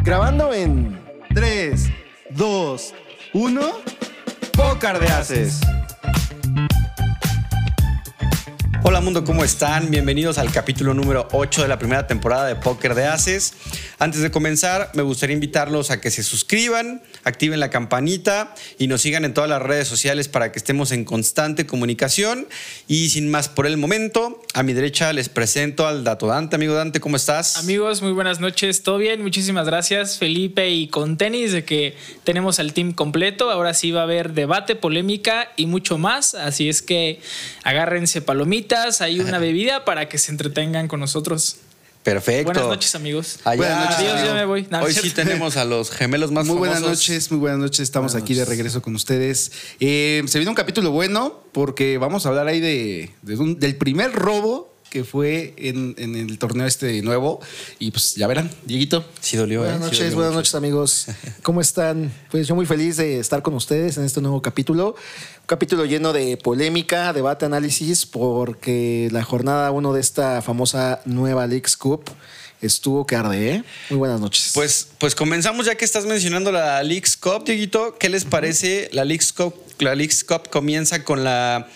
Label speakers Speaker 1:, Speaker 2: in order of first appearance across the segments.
Speaker 1: Grabando en 3, 2, 1. Pócar de Haces.
Speaker 2: Hola mundo, ¿cómo están? Bienvenidos al capítulo número 8 de la primera temporada de Póker de Haces. Antes de comenzar, me gustaría invitarlos a que se suscriban, activen la campanita y nos sigan en todas las redes sociales para que estemos en constante comunicación. Y sin más por el momento, a mi derecha les presento al Dato Dante. Amigo Dante, ¿cómo estás?
Speaker 3: Amigos, muy buenas noches. ¿Todo bien? Muchísimas gracias, Felipe y con tenis de que tenemos al team completo. Ahora sí va a haber debate, polémica y mucho más. Así es que agárrense palomitas, hay una bebida para que se entretengan con nosotros.
Speaker 2: Perfecto. Ah.
Speaker 3: Buenas noches, amigos.
Speaker 2: Allá.
Speaker 1: Buenas noches,
Speaker 3: Adiós,
Speaker 1: amigo.
Speaker 3: ya me voy. No, no
Speaker 2: Hoy
Speaker 3: es
Speaker 2: sí
Speaker 3: cierto.
Speaker 2: tenemos a los gemelos más
Speaker 1: Muy buenas
Speaker 2: famosos.
Speaker 1: noches, muy buenas noches. Estamos aquí de regreso con ustedes. Eh, se viene un capítulo bueno porque vamos a hablar ahí de, de un- del primer robo que fue en, en el torneo este nuevo. Y pues ya verán, Dieguito.
Speaker 2: Sí dolió,
Speaker 4: Buenas
Speaker 2: eh, sí
Speaker 4: noches,
Speaker 2: dolió
Speaker 4: buenas
Speaker 2: mucho.
Speaker 4: noches amigos. ¿Cómo están? Pues yo muy feliz de estar con ustedes en este nuevo capítulo. Un capítulo lleno de polémica, debate, análisis, porque la jornada 1 de esta famosa nueva Leagues Cup estuvo que arde, ¿eh? Muy buenas noches.
Speaker 2: Pues, pues comenzamos ya que estás mencionando la Leagues Cup, Dieguito. ¿Qué les parece? La Leagues Cup, la Leagues Cup comienza con la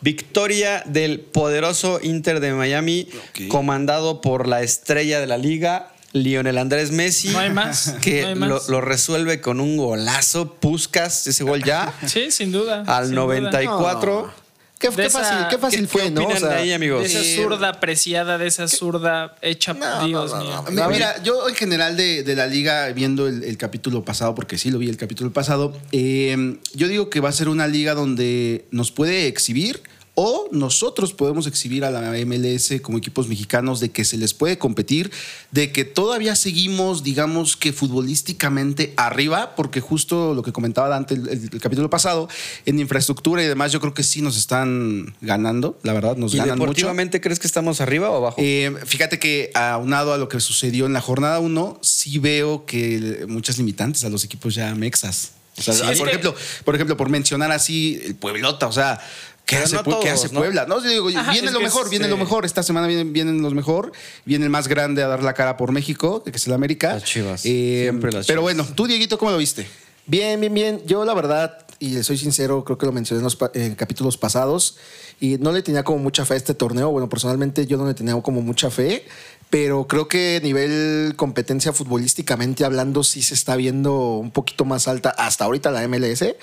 Speaker 2: victoria del poderoso Inter de Miami, comandado por la estrella de la liga, Lionel Andrés Messi.
Speaker 3: No hay más,
Speaker 2: Que
Speaker 3: no hay más.
Speaker 2: Lo, lo resuelve con un golazo, Puscas, ese gol ya,
Speaker 3: Sí, sin duda.
Speaker 2: al
Speaker 3: sin duda.
Speaker 2: 94.
Speaker 4: No. qué,
Speaker 3: de
Speaker 4: qué
Speaker 3: esa-
Speaker 4: fácil, qué fácil
Speaker 2: ¿Qué-
Speaker 4: fue,
Speaker 2: qué
Speaker 4: ¿no? O
Speaker 2: opinan
Speaker 4: sea,
Speaker 2: de ahí, amigos?
Speaker 3: De esa zurda preciada, de esa zurda hecha Dios mío.
Speaker 1: Mira, mira, yo en general de, de la liga, viendo el, el capítulo pasado, porque sí lo vi el capítulo pasado, eh, yo digo que va a ser una liga donde nos puede exhibir o nosotros podemos exhibir a la MLS como equipos mexicanos de que se les puede competir, de que todavía seguimos, digamos que futbolísticamente arriba, porque justo lo que comentaba Dante el, el- el capítulo pasado, en infraestructura y demás, yo creo que sí nos están ganando, la verdad, nos
Speaker 2: ¿Y
Speaker 1: Pues ganan mucho.
Speaker 2: deportivamente crees que estamos arriba o abajo?
Speaker 1: Eh, fíjate que aunado a lo que sucedió en la jornada 1, sí veo que muchas limitantes a los equipos ya mexas. O sea,
Speaker 2: Sí,
Speaker 1: por
Speaker 2: es que-
Speaker 1: ejemplo, por ejemplo, por mencionar así el Pueblota, o sea, ¿qué
Speaker 2: Pero
Speaker 1: hace,
Speaker 2: no
Speaker 1: Pue- qué
Speaker 2: todos,
Speaker 1: hace
Speaker 2: ¿no?
Speaker 1: Puebla? No, yo digo,
Speaker 3: Ajá,
Speaker 1: viene
Speaker 3: es
Speaker 1: lo
Speaker 3: que
Speaker 1: mejor,
Speaker 3: es,
Speaker 1: viene
Speaker 3: eh,
Speaker 1: lo mejor. Esta semana vienen, vienen los mejor, viene el más grande a dar la cara por México, que es el América.
Speaker 2: Las Chivas,
Speaker 1: Eh,
Speaker 2: siempre las
Speaker 1: pero
Speaker 2: Chivas.
Speaker 1: bueno, tú, Dieguito, ¿cómo lo viste?
Speaker 4: Bien, bien, bien. Yo la verdad, y le soy sincero, creo que lo mencioné en los pa- en capítulos pasados, y no le tenía como mucha fe a este torneo. Bueno, personalmente yo no le tenía como mucha fe, pero creo que a nivel competencia futbolísticamente hablando sí se está viendo un poquito más alta hasta ahorita la MLS,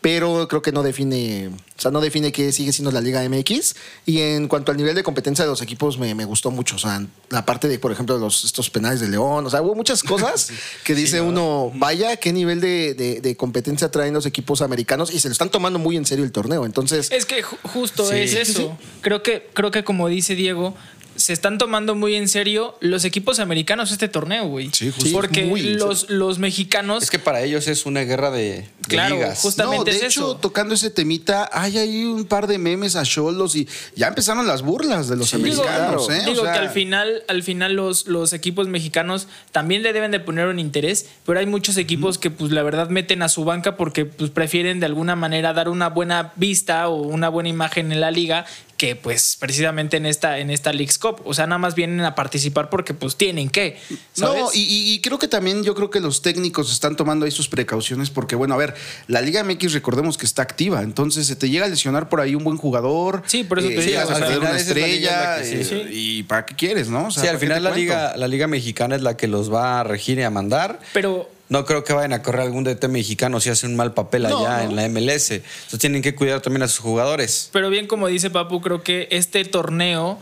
Speaker 4: pero creo que no define, o sea, no define que sigue siendo la Liga MX. Y en cuanto al nivel de competencia de los equipos me, me gustó mucho, o sea, la parte de, por ejemplo, los, estos penales de León, o sea, hubo muchas cosas que dice uno, vaya, qué nivel de, de- de competencia traen los equipos americanos y se lo están tomando muy en serio el torneo. Entonces,
Speaker 3: Es que ju- justo
Speaker 2: Sí.
Speaker 3: es
Speaker 2: Sí,
Speaker 3: eso. Creo que, creo que como dice Diego, se están tomando muy en serio los equipos americanos este torneo, güey.
Speaker 1: Sí, justo.
Speaker 3: Porque
Speaker 1: Muy en
Speaker 3: los, los mexicanos.
Speaker 2: Es que para ellos es una guerra de, de
Speaker 3: Claro,
Speaker 2: ligas.
Speaker 3: justo- Justamente
Speaker 1: no,
Speaker 3: es
Speaker 1: de hecho,
Speaker 3: eso.
Speaker 1: tocando ese temita, hay ahí un par de memes a Cholos y ya empezaron las burlas de los
Speaker 4: Sí,
Speaker 3: Digo,
Speaker 1: americanos, ¿eh? O
Speaker 3: digo
Speaker 1: sea,
Speaker 3: que al final, al final los, los equipos mexicanos también le deben de poner un interés, pero hay muchos equipos que pues la verdad meten a su banca porque pues prefieren de alguna manera dar una buena vista o una buena imagen en la liga que pues precisamente en esta en esta Leagues Cup, o sea, nada más vienen a participar porque pues tienen que, ¿sabes?
Speaker 1: No, y, y- y creo que también yo creo que los técnicos están tomando ahí sus precauciones porque, bueno, a ver, la Liga MX recordemos que está activa, entonces se te llega a lesionar por ahí un buen jugador. eh,
Speaker 3: Sí, por eso te digo,
Speaker 1: llegas a
Speaker 3: o sea,
Speaker 1: perder
Speaker 2: al final
Speaker 1: una
Speaker 2: esa es la liga
Speaker 1: estrella.
Speaker 2: en la que sí.
Speaker 1: eh, ¿Y para qué quieres, no? O sea,
Speaker 2: sí, al
Speaker 1: ¿para qué
Speaker 2: final
Speaker 1: te
Speaker 2: la
Speaker 1: cuento?
Speaker 2: liga, la liga mexicana es la que los va a regir y a mandar.
Speaker 3: Pero
Speaker 2: No creo que vayan a correr algún DT mexicano si hace un mal papel
Speaker 1: No,
Speaker 2: allá
Speaker 1: no.
Speaker 2: en la MLS. Entonces tienen que cuidar también a sus jugadores.
Speaker 3: Pero bien, como dice Papu, creo que este torneo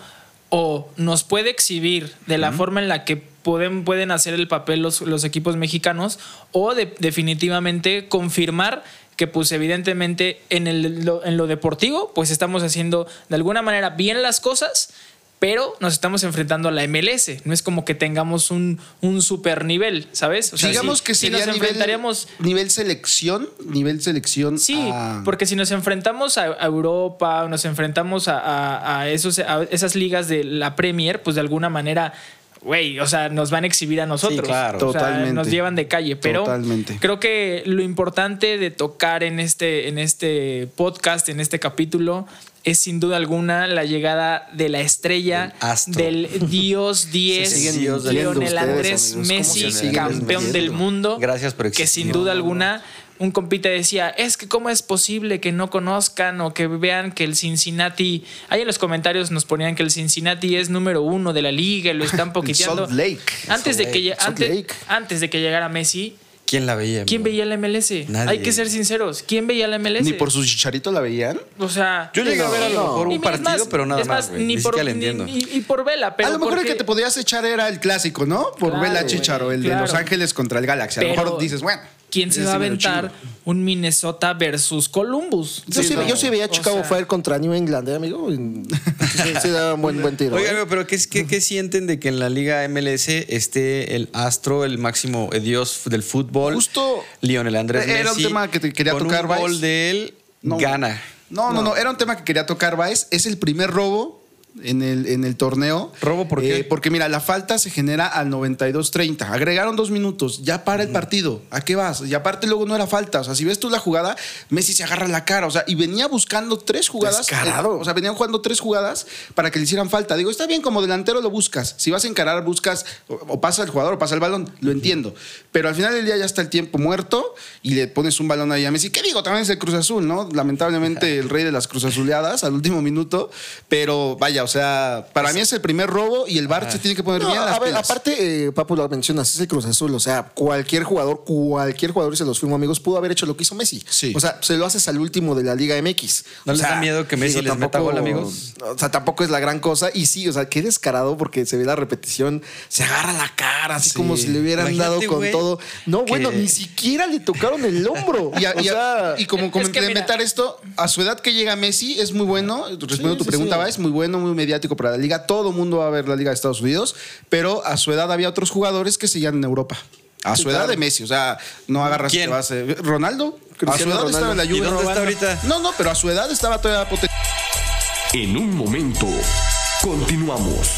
Speaker 3: o nos puede exhibir de la forma en la que pueden, pueden hacer el papel los, los equipos mexicanos o de- definitivamente confirmar que pues evidentemente en, el- lo- en lo deportivo pues estamos haciendo de alguna manera bien las cosas pero nos estamos enfrentando a la MLS. No es como que tengamos un, un super nivel, ¿sabes? O sea,
Speaker 1: Digamos
Speaker 3: si-
Speaker 1: que
Speaker 3: si
Speaker 1: sería
Speaker 3: nos
Speaker 1: nivel,
Speaker 3: enfrentaríamos.
Speaker 1: nivel selección, nivel selección. ah,
Speaker 3: Sí,
Speaker 1: a-
Speaker 3: porque si nos enfrentamos a a Europa, nos enfrentamos a, a- a esos, a esas ligas de la Premier, pues de alguna manera, güey, o sea, nos van a exhibir a nosotros.
Speaker 2: claro.
Speaker 3: O sea,
Speaker 1: Totalmente.
Speaker 3: nos llevan de calle, pero
Speaker 1: Totalmente.
Speaker 3: creo que lo importante de tocar en este, en este podcast, en este capítulo, es sin duda alguna la llegada de la estrella,
Speaker 2: Del astro.
Speaker 3: del Dios 10,
Speaker 2: Se siguen Dios del-
Speaker 3: Lionel
Speaker 4: ustedes,
Speaker 3: Andrés
Speaker 4: amigos, ¿cómo
Speaker 3: Messi,
Speaker 4: se siguen
Speaker 3: campeón del
Speaker 4: desmayando?
Speaker 3: mundo.
Speaker 2: Gracias por
Speaker 3: Que sin
Speaker 2: existir.
Speaker 3: duda alguna un compite decía, es que cómo es posible que no conozcan o que vean que el Cincinnati, ahí en los comentarios nos ponían que el Cincinnati es número uno de la liga y lo están poquiteando.
Speaker 1: Salt Lake.
Speaker 3: Antes de, que,
Speaker 2: Salt
Speaker 3: lle-
Speaker 4: Salt
Speaker 3: antes,
Speaker 4: Lake.
Speaker 3: antes de que llegara Messi,
Speaker 2: ¿Quién la veía?
Speaker 3: ¿quién
Speaker 2: amigo?
Speaker 3: veía la MLS?
Speaker 2: Nadie.
Speaker 3: Hay que ser sinceros, ¿quién veía la MLS?
Speaker 1: Ni por su chicharito la veían.
Speaker 3: O sea...
Speaker 2: Yo llegué a
Speaker 4: No,
Speaker 2: ver a lo
Speaker 4: no.
Speaker 2: mejor
Speaker 3: y
Speaker 2: un
Speaker 3: mira,
Speaker 2: partido,
Speaker 3: es más-
Speaker 2: pero nada
Speaker 3: es
Speaker 2: más, güey. Ni, siquiera le
Speaker 3: ni-
Speaker 2: entiendo.
Speaker 3: ni- y por vela, pero
Speaker 1: a lo mejor el
Speaker 3: porque-
Speaker 1: que te podías echar era el clásico, ¿no? Por
Speaker 3: Claro,
Speaker 1: Vela
Speaker 3: güey,
Speaker 1: Chicharo, el
Speaker 3: claro.
Speaker 1: de Los Ángeles contra el Galaxy. A lo
Speaker 3: Pero,
Speaker 1: mejor dices, bueno.
Speaker 3: ¿Quién se
Speaker 1: ese
Speaker 3: va a
Speaker 1: me lo chingo.
Speaker 3: aventar un Minnesota versus Columbus?
Speaker 4: Yo, sí,
Speaker 3: no.
Speaker 4: yo sí veía
Speaker 3: O
Speaker 4: Chicago
Speaker 3: sea,
Speaker 4: Fire contra New England, ¿eh, amigo. Y- Sí, sí daba un buen, buen tiro.
Speaker 2: Oigan,
Speaker 4: ¿eh?
Speaker 2: amigo, pero ¿qué, es- qué, qué sienten de que en la Liga MLS esté el astro, el máximo eh, dios del fútbol?
Speaker 1: Justo-
Speaker 2: Lionel Andrés
Speaker 1: Era un
Speaker 2: Messi,
Speaker 1: tema que te quería
Speaker 2: con
Speaker 1: tocar,
Speaker 2: un gol
Speaker 1: Vice.
Speaker 2: de él,
Speaker 1: No.
Speaker 2: gana.
Speaker 1: No, no, no, Era un tema que quería tocar, Baez. Es el primer robo en el, en el torneo. Eh,
Speaker 2: ¿Robo por qué?
Speaker 1: porque mira, la falta se genera al 92-30. Agregaron dos minutos. Ya para
Speaker 2: Mm.
Speaker 1: el partido. ¿A qué vas? Y aparte luego no era falta. O sea, si ves tú la jugada, Messi se agarra la cara. O sea, y venía buscando tres jugadas.
Speaker 4: Descarado.
Speaker 1: Eh, o sea, venían jugando tres jugadas para que le hicieran falta. Digo, está bien, como delantero lo buscas. Si vas a encarar, buscas o, o pasa el jugador o pasa el balón. Lo entiendo. Pero al final del día ya está el tiempo muerto y le pones un balón ahí a Messi. ¿Qué digo? También es el Cruz Azul, ¿no? Lamentablemente el rey de las Cruz Azuleadas al último minuto. Pero vaya, o sea, para mí es el primer robo y el bar se tiene que poner
Speaker 4: No,
Speaker 1: bien. a las
Speaker 4: a ver,
Speaker 1: pilas.
Speaker 4: aparte, eh, Papu, lo mencionas, es el Cruz Azul. O sea, cualquier jugador, cualquier jugador, y se los firmo, amigos, pudo haber hecho lo que hizo Messi.
Speaker 1: Sí.
Speaker 4: O sea, se lo haces al último de la Liga MX.
Speaker 2: ¿No
Speaker 4: O
Speaker 2: les
Speaker 4: sea,
Speaker 2: da miedo que Messi les meta gol, amigos?
Speaker 4: O sea, tampoco es la gran cosa. Y sí, o sea, qué descarado porque se ve la repetición, se agarra la cara, así como si le hubieran
Speaker 2: Imagínate,
Speaker 4: dado con
Speaker 2: güey,
Speaker 4: todo. No,
Speaker 2: que-
Speaker 4: bueno, ni siquiera le tocaron el hombro.
Speaker 1: Y, a-
Speaker 4: O
Speaker 1: y a-
Speaker 4: sea,
Speaker 1: y como
Speaker 3: Es que mira-
Speaker 1: complementar esto, a su edad que llega Messi es muy bueno, respondiendo
Speaker 4: Sí,
Speaker 1: a tu
Speaker 4: sí,
Speaker 1: pregunta,
Speaker 4: sí.
Speaker 1: va, es muy bueno, muy mediático para la liga, todo mundo va a ver la liga de Estados Unidos, pero a su edad había otros jugadores que seguían en Europa. A su edad de Messi, o sea, no agarras
Speaker 2: ¿Quién?
Speaker 1: te vas, eh, Ronaldo, a su
Speaker 4: Cristiano
Speaker 1: edad estaba en la
Speaker 4: Ronaldo.
Speaker 1: Juve.
Speaker 2: ¿Y dónde está
Speaker 1: robando.
Speaker 2: ahorita?
Speaker 1: No, no, pero a su edad estaba todavía potencial.
Speaker 5: En un momento, continuamos.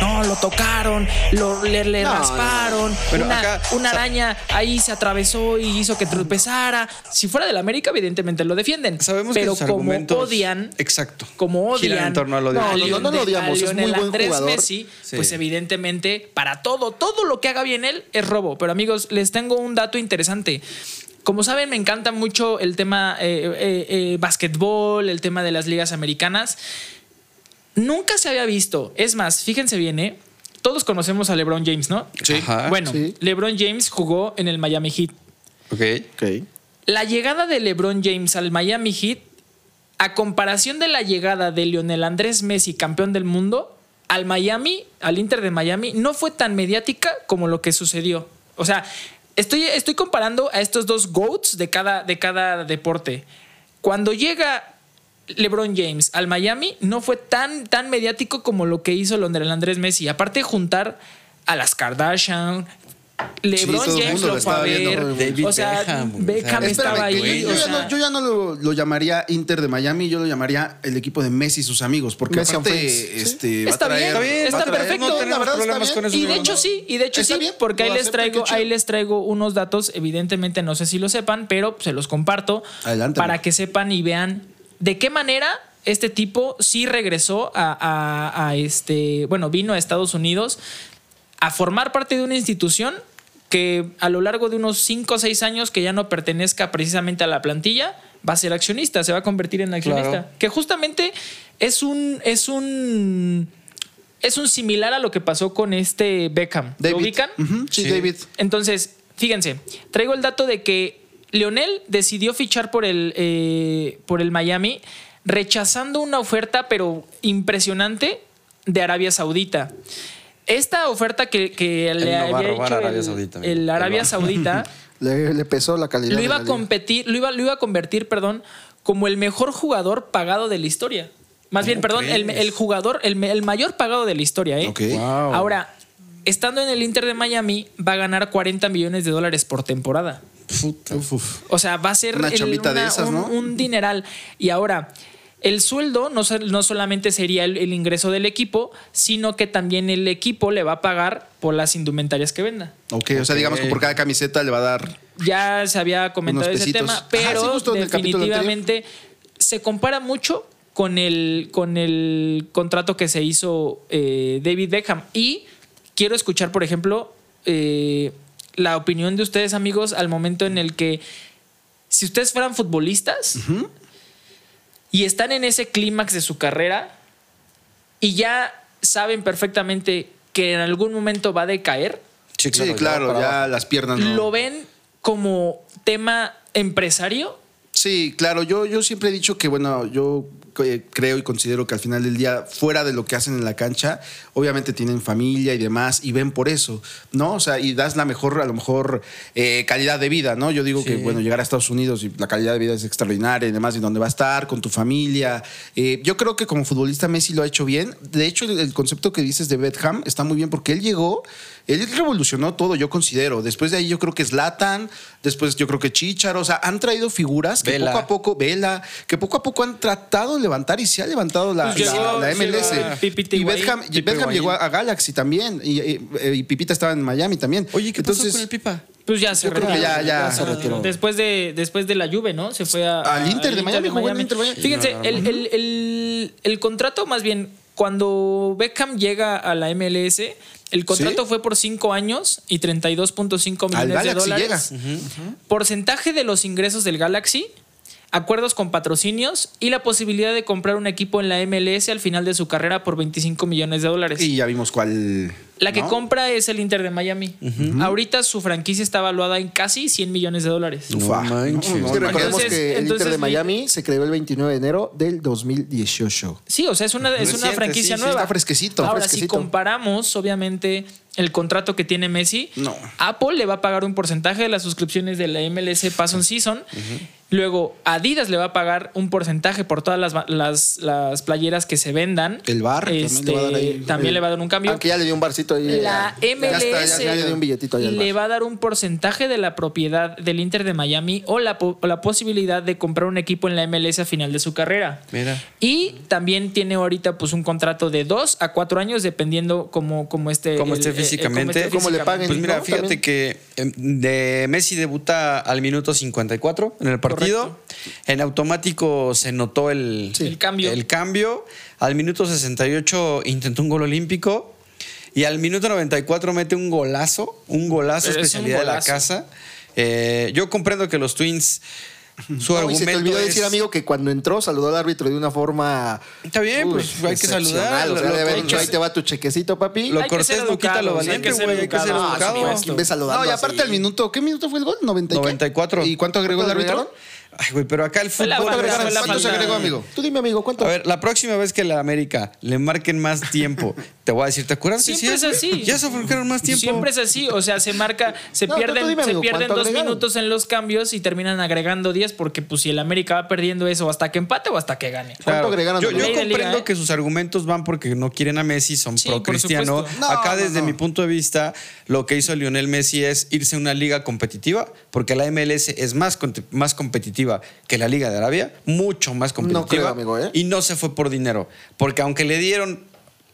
Speaker 3: No, lo tocaron, lo, le, le
Speaker 4: No,
Speaker 3: rasparon,
Speaker 2: Pero
Speaker 3: una,
Speaker 2: acá,
Speaker 3: una
Speaker 2: o sea-
Speaker 3: araña ahí se atravesó y hizo que tropezara. Si fuera del América, evidentemente lo defienden.
Speaker 2: Sabemos
Speaker 3: pero
Speaker 2: que sus
Speaker 3: como
Speaker 2: argumentos...
Speaker 3: odian,
Speaker 2: Exacto.
Speaker 3: como odian.
Speaker 2: Giran en torno al odio.
Speaker 4: No,
Speaker 3: a
Speaker 4: no, no, no lo
Speaker 3: Lionel-
Speaker 4: odiamos,
Speaker 3: a
Speaker 4: es muy
Speaker 3: Lionel
Speaker 4: buen
Speaker 3: Andrés
Speaker 4: jugador.
Speaker 3: Messi,
Speaker 2: Sí.
Speaker 3: pues evidentemente para todo, todo lo que haga bien él es robo. Pero amigos, les tengo un dato interesante. Como saben, me encanta mucho el tema eh, eh, eh, basquetbol, el tema de las ligas americanas. Nunca se había visto. Es más, fíjense bien, ¿eh? Todos conocemos a LeBron James, ¿no?
Speaker 2: Sí. Ajá.
Speaker 3: bueno,
Speaker 4: sí.
Speaker 3: LeBron James jugó en el Miami Heat.
Speaker 2: Ok.
Speaker 4: Ok.
Speaker 3: La llegada de LeBron James al Miami Heat, a comparación de la llegada de Lionel Andrés Messi, campeón del mundo, al Miami, al Inter de Miami, no fue tan mediática como lo que sucedió. O sea, estoy, estoy comparando a estos dos GOATs de cada, de cada deporte. Cuando llega LeBron James al Miami, no fue tan, tan mediático como lo que hizo Lionel Andrés Messi. Aparte de juntar a las Kardashian, LeBron
Speaker 1: todo el
Speaker 3: James
Speaker 1: mundo
Speaker 3: lo
Speaker 1: lo
Speaker 3: fue a
Speaker 1: estaba viendo,
Speaker 3: ver.
Speaker 1: todo el
Speaker 2: mundo.
Speaker 3: o sea,
Speaker 2: David
Speaker 3: Beckham,
Speaker 2: Beckham, o sea,
Speaker 3: estaba
Speaker 1: Espérame,
Speaker 3: ahí.
Speaker 1: que yo,
Speaker 3: o
Speaker 1: yo ya
Speaker 3: sea,
Speaker 1: no, yo ya no lo, lo llamaría Inter de Miami, yo lo llamaría el equipo de Messi y sus amigos, porque
Speaker 4: Messi and
Speaker 1: aparte,
Speaker 4: friends,
Speaker 1: este, va a
Speaker 3: Está
Speaker 1: traer-
Speaker 3: bien,
Speaker 2: Está bien,
Speaker 3: está
Speaker 1: va a traer-
Speaker 3: perfecto.
Speaker 1: no, la
Speaker 2: tenemos
Speaker 1: verdad está
Speaker 2: problemas
Speaker 1: bien.
Speaker 2: con eso,
Speaker 3: Y de
Speaker 2: amigo,
Speaker 3: hecho
Speaker 2: ¿no?
Speaker 3: sí, y de hecho
Speaker 1: Está
Speaker 3: sí,
Speaker 1: bien,
Speaker 3: porque
Speaker 1: lo
Speaker 3: ahí les
Speaker 1: acepto,
Speaker 3: traigo,
Speaker 1: qué chido.
Speaker 3: ahí les traigo unos datos, evidentemente no sé si lo sepan, pero se los comparto
Speaker 1: Adelante,
Speaker 3: para
Speaker 1: amigo.
Speaker 3: que sepan y vean de qué manera este tipo sí regresó a, a- a este, bueno, vino a Estados Unidos a formar parte de una institución que a lo largo de unos 5 o 6 años que ya no pertenezca precisamente a la plantilla, va a ser accionista, se va a convertir en accionista.
Speaker 2: Claro.
Speaker 3: Que justamente es un, es un es un similar a lo que pasó con este Beckham.
Speaker 1: David.
Speaker 3: ¿Lo ubican?
Speaker 1: Ujú, sí,
Speaker 2: Sí.
Speaker 1: David.
Speaker 3: Entonces, fíjense, traigo el dato de que Leonel decidió fichar por el, eh, por el Miami, rechazando una oferta, pero impresionante, de Arabia Saudita. Esta oferta que, que le
Speaker 2: no va a
Speaker 3: había
Speaker 2: robar
Speaker 3: hecho
Speaker 2: a Arabia
Speaker 3: el-
Speaker 2: Saudita, amigo. Él
Speaker 3: el
Speaker 2: va.
Speaker 3: Arabia Saudita
Speaker 4: Le, le pesó la calidad.
Speaker 3: lo
Speaker 4: de
Speaker 3: iba
Speaker 4: la
Speaker 3: a
Speaker 4: liga.
Speaker 3: competir, lo iba, lo iba a convertir, perdón, como el mejor jugador pagado de la historia. Más bien, perdón, el, el jugador, el, me- el mayor pagado de la historia. ¿eh?
Speaker 1: Ok.
Speaker 3: Ahora, estando en el Inter de Miami, va a ganar 40 millones de dólares por temporada.
Speaker 1: Uf, uf.
Speaker 3: O sea, va a ser
Speaker 1: Una
Speaker 3: el-
Speaker 1: chambita de esas,
Speaker 3: un,
Speaker 1: ¿no?
Speaker 3: un dineral. Y ahora, el sueldo no, sol- no solamente sería el, el ingreso del equipo, sino que también el equipo le va a pagar por las indumentarias que venda.
Speaker 1: Ok, o sea, digamos que por cada camiseta le va a dar.
Speaker 3: Ya se había comentado
Speaker 1: Unos
Speaker 3: ese
Speaker 1: pesitos.
Speaker 3: tema,
Speaker 1: Ajá, sí,
Speaker 3: pero
Speaker 1: justo en el capítulo anterior.
Speaker 3: definitivamente se compara mucho con el, con el contrato que se hizo eh, David Beckham. Y quiero escuchar, por ejemplo, eh, la opinión de ustedes, amigos, al momento en el que, si ustedes fueran futbolistas y están en ese clímax de su carrera y ya saben perfectamente que en algún momento va a decaer,
Speaker 1: Sí, claro, ya las piernas. Ah, no.
Speaker 3: lo ven como tema empresario.
Speaker 1: Sí, claro, yo, yo siempre he dicho que, bueno, yo eh, creo y considero que al final del día, fuera de lo que hacen en la cancha, obviamente tienen familia y demás y ven por eso, ¿no? O sea, y das la mejor, a lo mejor, eh, calidad de vida, ¿no? Yo digo que, bueno, llegar a Estados Unidos y la calidad de vida es extraordinaria y demás, y donde va a estar, con tu familia. Eh, yo creo que como futbolista Messi lo ha hecho bien. De hecho, el, el concepto que dices de Bedham está muy bien porque él llegó, él revolucionó todo, yo considero. Después de ahí yo creo que Zlatan, después yo creo que Chicharo, o sea, han traído figuras que
Speaker 2: Vela.
Speaker 1: poco a poco, Vela, que poco a poco han tratado de levantar y se ha levantado la,
Speaker 3: Pues
Speaker 1: la-
Speaker 3: llegó-
Speaker 1: Ah, la MLS.
Speaker 3: llegó Pipita
Speaker 1: y
Speaker 3: Higuaín.
Speaker 1: Bedham, y
Speaker 2: Pipa
Speaker 1: Bedham
Speaker 2: Higuaín.
Speaker 1: llegó a, a Galaxy también, y, y- eh, y Pipita estaba en Miami también.
Speaker 2: Oye, ¿qué pasó con el Pipa?
Speaker 3: Pues ya se
Speaker 1: Yo creo que
Speaker 3: retiró.
Speaker 1: ya- ya
Speaker 3: Ah,
Speaker 1: se retiró.
Speaker 3: Después de, después de la Juve, ¿no? Se fue a-
Speaker 1: Al
Speaker 3: a-
Speaker 1: Inter de Miami, jugó en el Inter de Miami.
Speaker 3: Fíjense, el, el- el- el contrato, más bien, cuando Beckham llega a la MLS, el contrato
Speaker 1: Sí.
Speaker 3: fue por 5 años y 32.5 millones
Speaker 1: Al
Speaker 3: de
Speaker 1: Galaxy
Speaker 3: dólares.
Speaker 1: llega.
Speaker 3: Porcentaje de los ingresos del Galaxy, acuerdos con patrocinios y la posibilidad de comprar un equipo en la MLS al final de su carrera por 25 millones de dólares.
Speaker 1: Y ya vimos cuál.
Speaker 3: La que
Speaker 1: ¿no?
Speaker 3: compra es el Inter de Miami. Ahorita su franquicia está valuada en casi 100 millones de dólares.
Speaker 1: Ufa.
Speaker 2: No manches.
Speaker 1: No, no,
Speaker 4: Es que
Speaker 1: no,
Speaker 4: recordemos
Speaker 3: Entonces-
Speaker 4: que el
Speaker 3: entonces
Speaker 4: Inter de
Speaker 3: mi-
Speaker 4: Miami se creó el 29 de enero del 2018.
Speaker 3: Sí, o sea, es una, es una
Speaker 2: Reciente,
Speaker 3: franquicia
Speaker 2: sí, sí,
Speaker 3: nueva.
Speaker 1: está fresquecito,
Speaker 3: Ahora, si
Speaker 1: fresquecito.
Speaker 3: comparamos, obviamente, el contrato que tiene Messi,
Speaker 1: No.
Speaker 3: Apple le va a pagar un porcentaje de las suscripciones de la MLS Pass on Season. Luego, Adidas le va a pagar un porcentaje por todas las, las, las playeras que se vendan.
Speaker 1: El VAR también
Speaker 3: Este,
Speaker 1: le va a dar ahí.
Speaker 3: también
Speaker 1: El-
Speaker 3: le va a dar un cambio.
Speaker 4: Eh, Aunque ya le dio un barcito ahí.
Speaker 3: La
Speaker 4: eh,
Speaker 3: MLS
Speaker 4: ya está, ya- ya le dio un billetito ahí al
Speaker 3: le
Speaker 4: bar.
Speaker 3: va a dar un porcentaje de la propiedad del Inter de Miami o la, po- o la posibilidad de comprar un equipo en la MLS a final de su carrera.
Speaker 2: Mira.
Speaker 3: Y también tiene ahorita pues un contrato de dos a cuatro años dependiendo cómo, cómo esté...
Speaker 2: Como
Speaker 3: eh, el-
Speaker 2: esté
Speaker 3: el- el-
Speaker 2: físicamente.
Speaker 4: Cómo le paguen,
Speaker 2: Pues mira,
Speaker 4: ¿no?
Speaker 2: fíjate
Speaker 4: También.
Speaker 2: que em, de Messi debuta al minuto 54 en el partido. En automático se notó el,
Speaker 3: Sí. El cambio.
Speaker 2: el cambio. Al minuto 68 intentó un gol olímpico. Y al minuto 94 mete un golazo. Un golazo,
Speaker 3: Pero es un
Speaker 2: especialidad
Speaker 3: golazo.
Speaker 2: de la casa. Eh, yo comprendo que los Twins. Su
Speaker 4: No, y
Speaker 2: argumento
Speaker 4: se te olvidó
Speaker 2: es-
Speaker 4: decir, amigo, que cuando entró saludó al árbitro de una forma.
Speaker 2: Está bien,
Speaker 4: Uy,
Speaker 2: pues hay que
Speaker 4: excepcional. O
Speaker 2: saludar.
Speaker 4: sea,
Speaker 2: Lo-
Speaker 4: de haber
Speaker 2: hay
Speaker 4: dicho,
Speaker 2: que-
Speaker 4: ahí te va tu chequecito, papi.
Speaker 2: Lo
Speaker 3: Hay que ser
Speaker 2: cortés no quita lo
Speaker 3: educados, hay
Speaker 2: valiente,
Speaker 3: que ser
Speaker 2: güey. Hay que ser
Speaker 3: educados. Ah,
Speaker 2: educado.
Speaker 3: por supuesto.
Speaker 4: ¿Quién ve saludando
Speaker 1: No, y aparte
Speaker 4: así?
Speaker 1: al minuto, ¿qué minuto fue el gol? ¿90 y qué?
Speaker 2: 94.
Speaker 1: ¿Y cuánto agregó el
Speaker 4: ¿Cuánto
Speaker 1: árbitro?
Speaker 4: agregaron?
Speaker 2: Ay, güey, pero acá el
Speaker 3: Fue
Speaker 2: fútbol.
Speaker 3: la
Speaker 1: ¿Cuánto
Speaker 3: Ahora,
Speaker 1: agregaron?
Speaker 3: fue la
Speaker 1: ¿Cuánto se
Speaker 3: falta.
Speaker 1: agregó, amigo?
Speaker 4: Tú dime, amigo, ¿cuánto?
Speaker 2: A ver, la próxima vez que la América le marquen más tiempo, te voy a decir, ¿te acuerdas? que
Speaker 3: Siempre
Speaker 2: sí,
Speaker 3: es
Speaker 2: güey?
Speaker 3: así.
Speaker 2: Ya se marcaron más tiempo.
Speaker 3: Siempre es así, o sea, se marca, se
Speaker 4: No, tú- tú
Speaker 3: pierden,
Speaker 4: dime,
Speaker 3: se
Speaker 4: amigo,
Speaker 3: pierden
Speaker 4: ¿cuánto
Speaker 3: dos
Speaker 4: agregaron?
Speaker 3: minutos en los cambios y terminan agregando 10 porque pues si el América va perdiendo eso, hasta que empate o hasta que gane.
Speaker 4: ¿Cuánto agregaron
Speaker 2: Yo,
Speaker 4: de
Speaker 2: yo
Speaker 3: Ley de
Speaker 2: comprendo
Speaker 3: Liga, eh?
Speaker 2: que sus argumentos van porque no quieren a Messi, son
Speaker 3: Sí,
Speaker 2: pro
Speaker 3: por
Speaker 2: cristiano.
Speaker 3: supuesto.
Speaker 1: No,
Speaker 2: Acá,
Speaker 1: no,
Speaker 2: desde
Speaker 1: no.
Speaker 2: mi punto de vista, lo que hizo Lionel Messi es irse a una liga competitiva, porque la MLS es más, cont- más competitiva que la Liga de Arabia, mucho más competitiva.
Speaker 4: creo, amigo, ¿eh?
Speaker 2: Y no se fue por dinero, porque aunque le dieron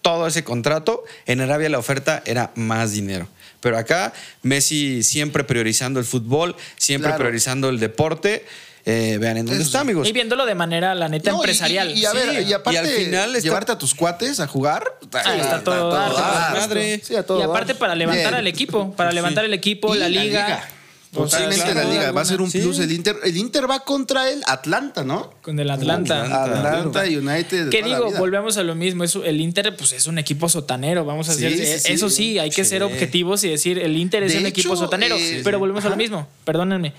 Speaker 2: todo ese contrato, en Arabia la oferta era más dinero. Pero acá, Messi siempre priorizando el fútbol, siempre
Speaker 1: Claro.
Speaker 2: priorizando el deporte. Eh, vean en dónde está, amigos.
Speaker 3: Y viéndolo de manera, la neta,
Speaker 1: No, y-
Speaker 3: empresarial.
Speaker 1: Y, y a
Speaker 3: Sí.
Speaker 1: ver, y aparte,
Speaker 2: Y al final está-
Speaker 1: llevarte a tus cuates a jugar.
Speaker 3: Ah, está todo dar,
Speaker 2: Ah,
Speaker 3: por supuesto.
Speaker 2: madre.
Speaker 4: Sí, a todo
Speaker 3: y aparte
Speaker 4: dar.
Speaker 3: para levantar
Speaker 1: Bien.
Speaker 3: al equipo, para levantar el equipo,
Speaker 1: Y
Speaker 3: la liga.
Speaker 1: Totalmente
Speaker 2: O sea, claro.
Speaker 1: la liga. Va a ser un
Speaker 2: Sí.
Speaker 1: plus el Inter. El Inter va contra el Atlanta, ¿no?
Speaker 3: Con el Atlanta.
Speaker 1: Atlanta United. de
Speaker 3: Que
Speaker 1: toda la
Speaker 3: digo,
Speaker 1: vida.
Speaker 3: volvemos a lo mismo. es- el Inter, pues es un equipo sotanero. Vamos a
Speaker 1: Sí,
Speaker 3: hacer.
Speaker 1: sí, sí.
Speaker 3: eso sí, hay que ser objetivos y decir, el Inter es
Speaker 1: De
Speaker 3: un equipo
Speaker 1: hecho,
Speaker 3: sotanero.
Speaker 1: eh,
Speaker 3: pero volvemos a lo mismo. Perdónenme.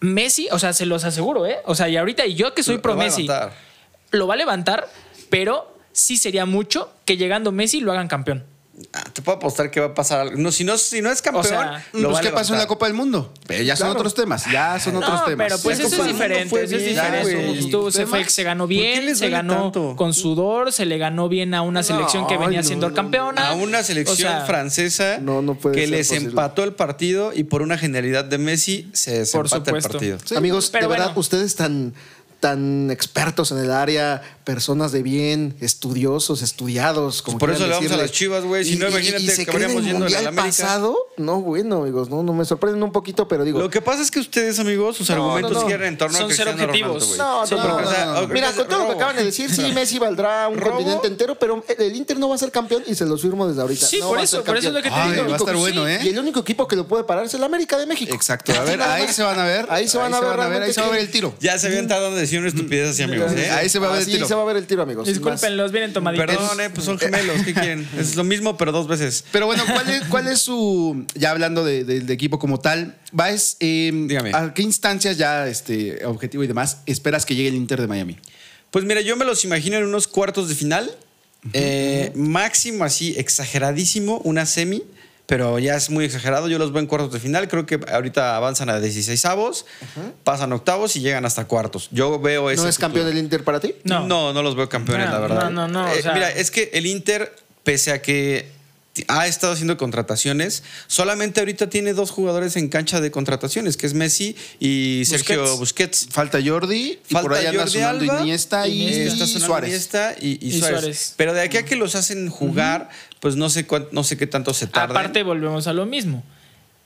Speaker 3: Messi, o sea, se los aseguro, ¿eh? O sea, y ahorita, y yo que soy
Speaker 2: Lo-
Speaker 3: pro
Speaker 2: lo va a
Speaker 3: Messi,
Speaker 2: levantar.
Speaker 3: lo va a levantar, pero sí sería mucho que llegando Messi lo hagan campeón.
Speaker 2: ah, te puedo apostar que va a pasar algo. No, si, no, si no es campeón,
Speaker 3: sea,
Speaker 2: lo
Speaker 1: Pues,
Speaker 2: va a
Speaker 1: ¿Qué pasó en la
Speaker 2: levantar.
Speaker 1: Copa del Mundo? Pero ya son
Speaker 4: Claro.
Speaker 1: otros temas, ya son otros
Speaker 3: No,
Speaker 1: temas.
Speaker 3: pero pues eso
Speaker 1: Ya Copa
Speaker 3: es
Speaker 1: del Mundo
Speaker 3: diferente,
Speaker 2: fue
Speaker 3: eso es
Speaker 2: bien,
Speaker 3: diferente.
Speaker 2: güey.
Speaker 3: Estuvo- se, fue-
Speaker 2: Temas.
Speaker 3: se ganó
Speaker 2: ¿Por qué
Speaker 3: bien,
Speaker 2: les
Speaker 3: se
Speaker 2: duele
Speaker 3: ganó
Speaker 2: tanto?
Speaker 3: con sudor, se le ganó bien a una selección que venía siendo campeona.
Speaker 2: a una selección
Speaker 3: O sea,
Speaker 2: francesa
Speaker 4: No, no puede
Speaker 2: que
Speaker 4: ser
Speaker 2: les
Speaker 4: posible.
Speaker 2: empató el partido y por una genialidad de Messi se
Speaker 3: Por
Speaker 2: desempata el
Speaker 3: supuesto.
Speaker 2: partido.
Speaker 4: Sí, Amigos,
Speaker 3: pero
Speaker 4: de verdad,
Speaker 3: bueno.
Speaker 4: ustedes tan, tan expertos en el área, personas de bien, estudiosos, estudiados. Como
Speaker 2: Pues por eso
Speaker 4: quieran
Speaker 2: le vamos
Speaker 4: decirle.
Speaker 2: a las Chivas, güey. Si
Speaker 4: Y-
Speaker 2: no,
Speaker 4: y-
Speaker 2: imagínate
Speaker 4: y
Speaker 2: que
Speaker 4: se creen
Speaker 2: habríamos
Speaker 4: el
Speaker 2: yendo a la
Speaker 4: mundial
Speaker 2: América.
Speaker 4: pasado? No, bueno, amigos, no, no me sorprenden un poquito, pero digo.
Speaker 2: Lo que pasa es que ustedes, amigos, sus argumentos
Speaker 4: no, no.
Speaker 2: giran en torno a
Speaker 3: Son cero
Speaker 2: Cristiano Ronaldo,
Speaker 3: objetivos.
Speaker 2: güey.
Speaker 4: No,
Speaker 3: Sí,
Speaker 4: no,
Speaker 2: porque,
Speaker 4: no,
Speaker 2: o sea,
Speaker 4: no, no.
Speaker 2: ok,
Speaker 4: Mira, con todo lo que
Speaker 2: robo.
Speaker 4: acaban de decir, sí, Messi valdrá un
Speaker 2: ¿Robo?
Speaker 4: continente entero, pero eh, el Inter no va a ser campeón y se lo firmo desde ahorita.
Speaker 3: Sí,
Speaker 4: No
Speaker 3: por
Speaker 4: va a ser
Speaker 3: eso, por eso es lo que te
Speaker 1: Ay,
Speaker 3: digo.
Speaker 1: va a estar
Speaker 3: Sí,
Speaker 1: bueno, ¿eh?
Speaker 4: Y el único equipo que lo puede parar es el América de México.
Speaker 1: Exacto, a ver, ahí se van a ver.
Speaker 4: Ahí se van a ver
Speaker 1: ahí se va a ver el
Speaker 4: realmente
Speaker 1: tiro.
Speaker 2: Ya se habían tardado en decir una estupidez así, amigos. ¿eh?
Speaker 1: Ahí se va a ver el
Speaker 4: Así
Speaker 1: tiro.
Speaker 4: se va a ver el tiro, amigos. sin más.
Speaker 3: Discúlpenlos, vienen tomaditos.
Speaker 2: Perdón, eh, pues son gemelos, ¿qué quieren? Es lo mismo, pero dos veces.
Speaker 1: Pero bueno, ¿cuál es, cuál es su. Ya hablando de- de- del equipo como tal, Baez, eh,
Speaker 2: Dígame.
Speaker 1: ¿a qué instancias ya, este, objetivo y demás, esperas que llegue el Inter de Miami?
Speaker 2: Pues mira, yo me los imagino en unos cuartos de final. Eh, máximo así, exageradísimo, una semi. Pero ya es muy exagerado. Yo los veo en cuartos de final. Creo que ahorita avanzan a 16 avos, pasan octavos y llegan hasta cuartos. Yo veo ese
Speaker 4: ¿No es
Speaker 2: futuro.
Speaker 4: campeón del Inter para ti?
Speaker 3: No.
Speaker 2: No. no, los veo campeones,
Speaker 3: No,
Speaker 2: la verdad.
Speaker 3: no, no, no, o
Speaker 2: Eh,
Speaker 3: sea-
Speaker 2: Mira, es que el Inter, pese a que t- ha estado haciendo contrataciones, solamente ahorita tiene dos jugadores en cancha de contrataciones, que es Messi y Sergio Busquets.
Speaker 1: Falta Jordi, y por ahí anda sonando Iniesta y,
Speaker 3: Iniesta.
Speaker 2: está sonando
Speaker 1: Suárez.
Speaker 2: Iniesta este, y, y
Speaker 3: Y
Speaker 2: Suárez.
Speaker 3: Suárez.
Speaker 2: Pero de aquí a que los hacen jugar, pues no sé cuán- no sé qué tanto se tarda.
Speaker 3: Aparte, volvemos a lo mismo.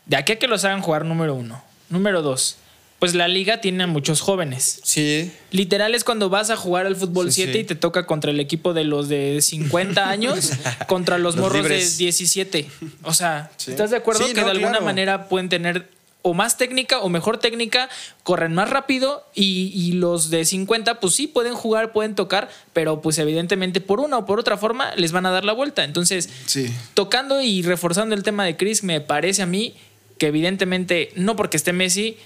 Speaker 3: De aquí a que los hagan jugar, número uno. Número dos, pues la liga tiene a muchos jóvenes.
Speaker 2: sí.
Speaker 3: Literal es cuando vas a jugar al fútbol
Speaker 2: Sí,
Speaker 3: 7
Speaker 2: sí.
Speaker 3: y te toca contra el equipo de los de 50 años contra los,
Speaker 2: Los
Speaker 3: morros
Speaker 2: libres.
Speaker 3: de 17. O sea, ¿estás de acuerdo
Speaker 2: Sí,
Speaker 3: que
Speaker 2: no,
Speaker 3: de alguna
Speaker 2: claro.
Speaker 3: manera pueden tener o más técnica o mejor técnica, corren más rápido y, y los de 50 pues sí pueden jugar, pueden tocar, pero pues evidentemente por una o por otra forma les van a dar la vuelta. Entonces,
Speaker 1: Sí.
Speaker 3: tocando y reforzando el tema de Chris, me parece a mí que evidentemente, no porque esté Messi,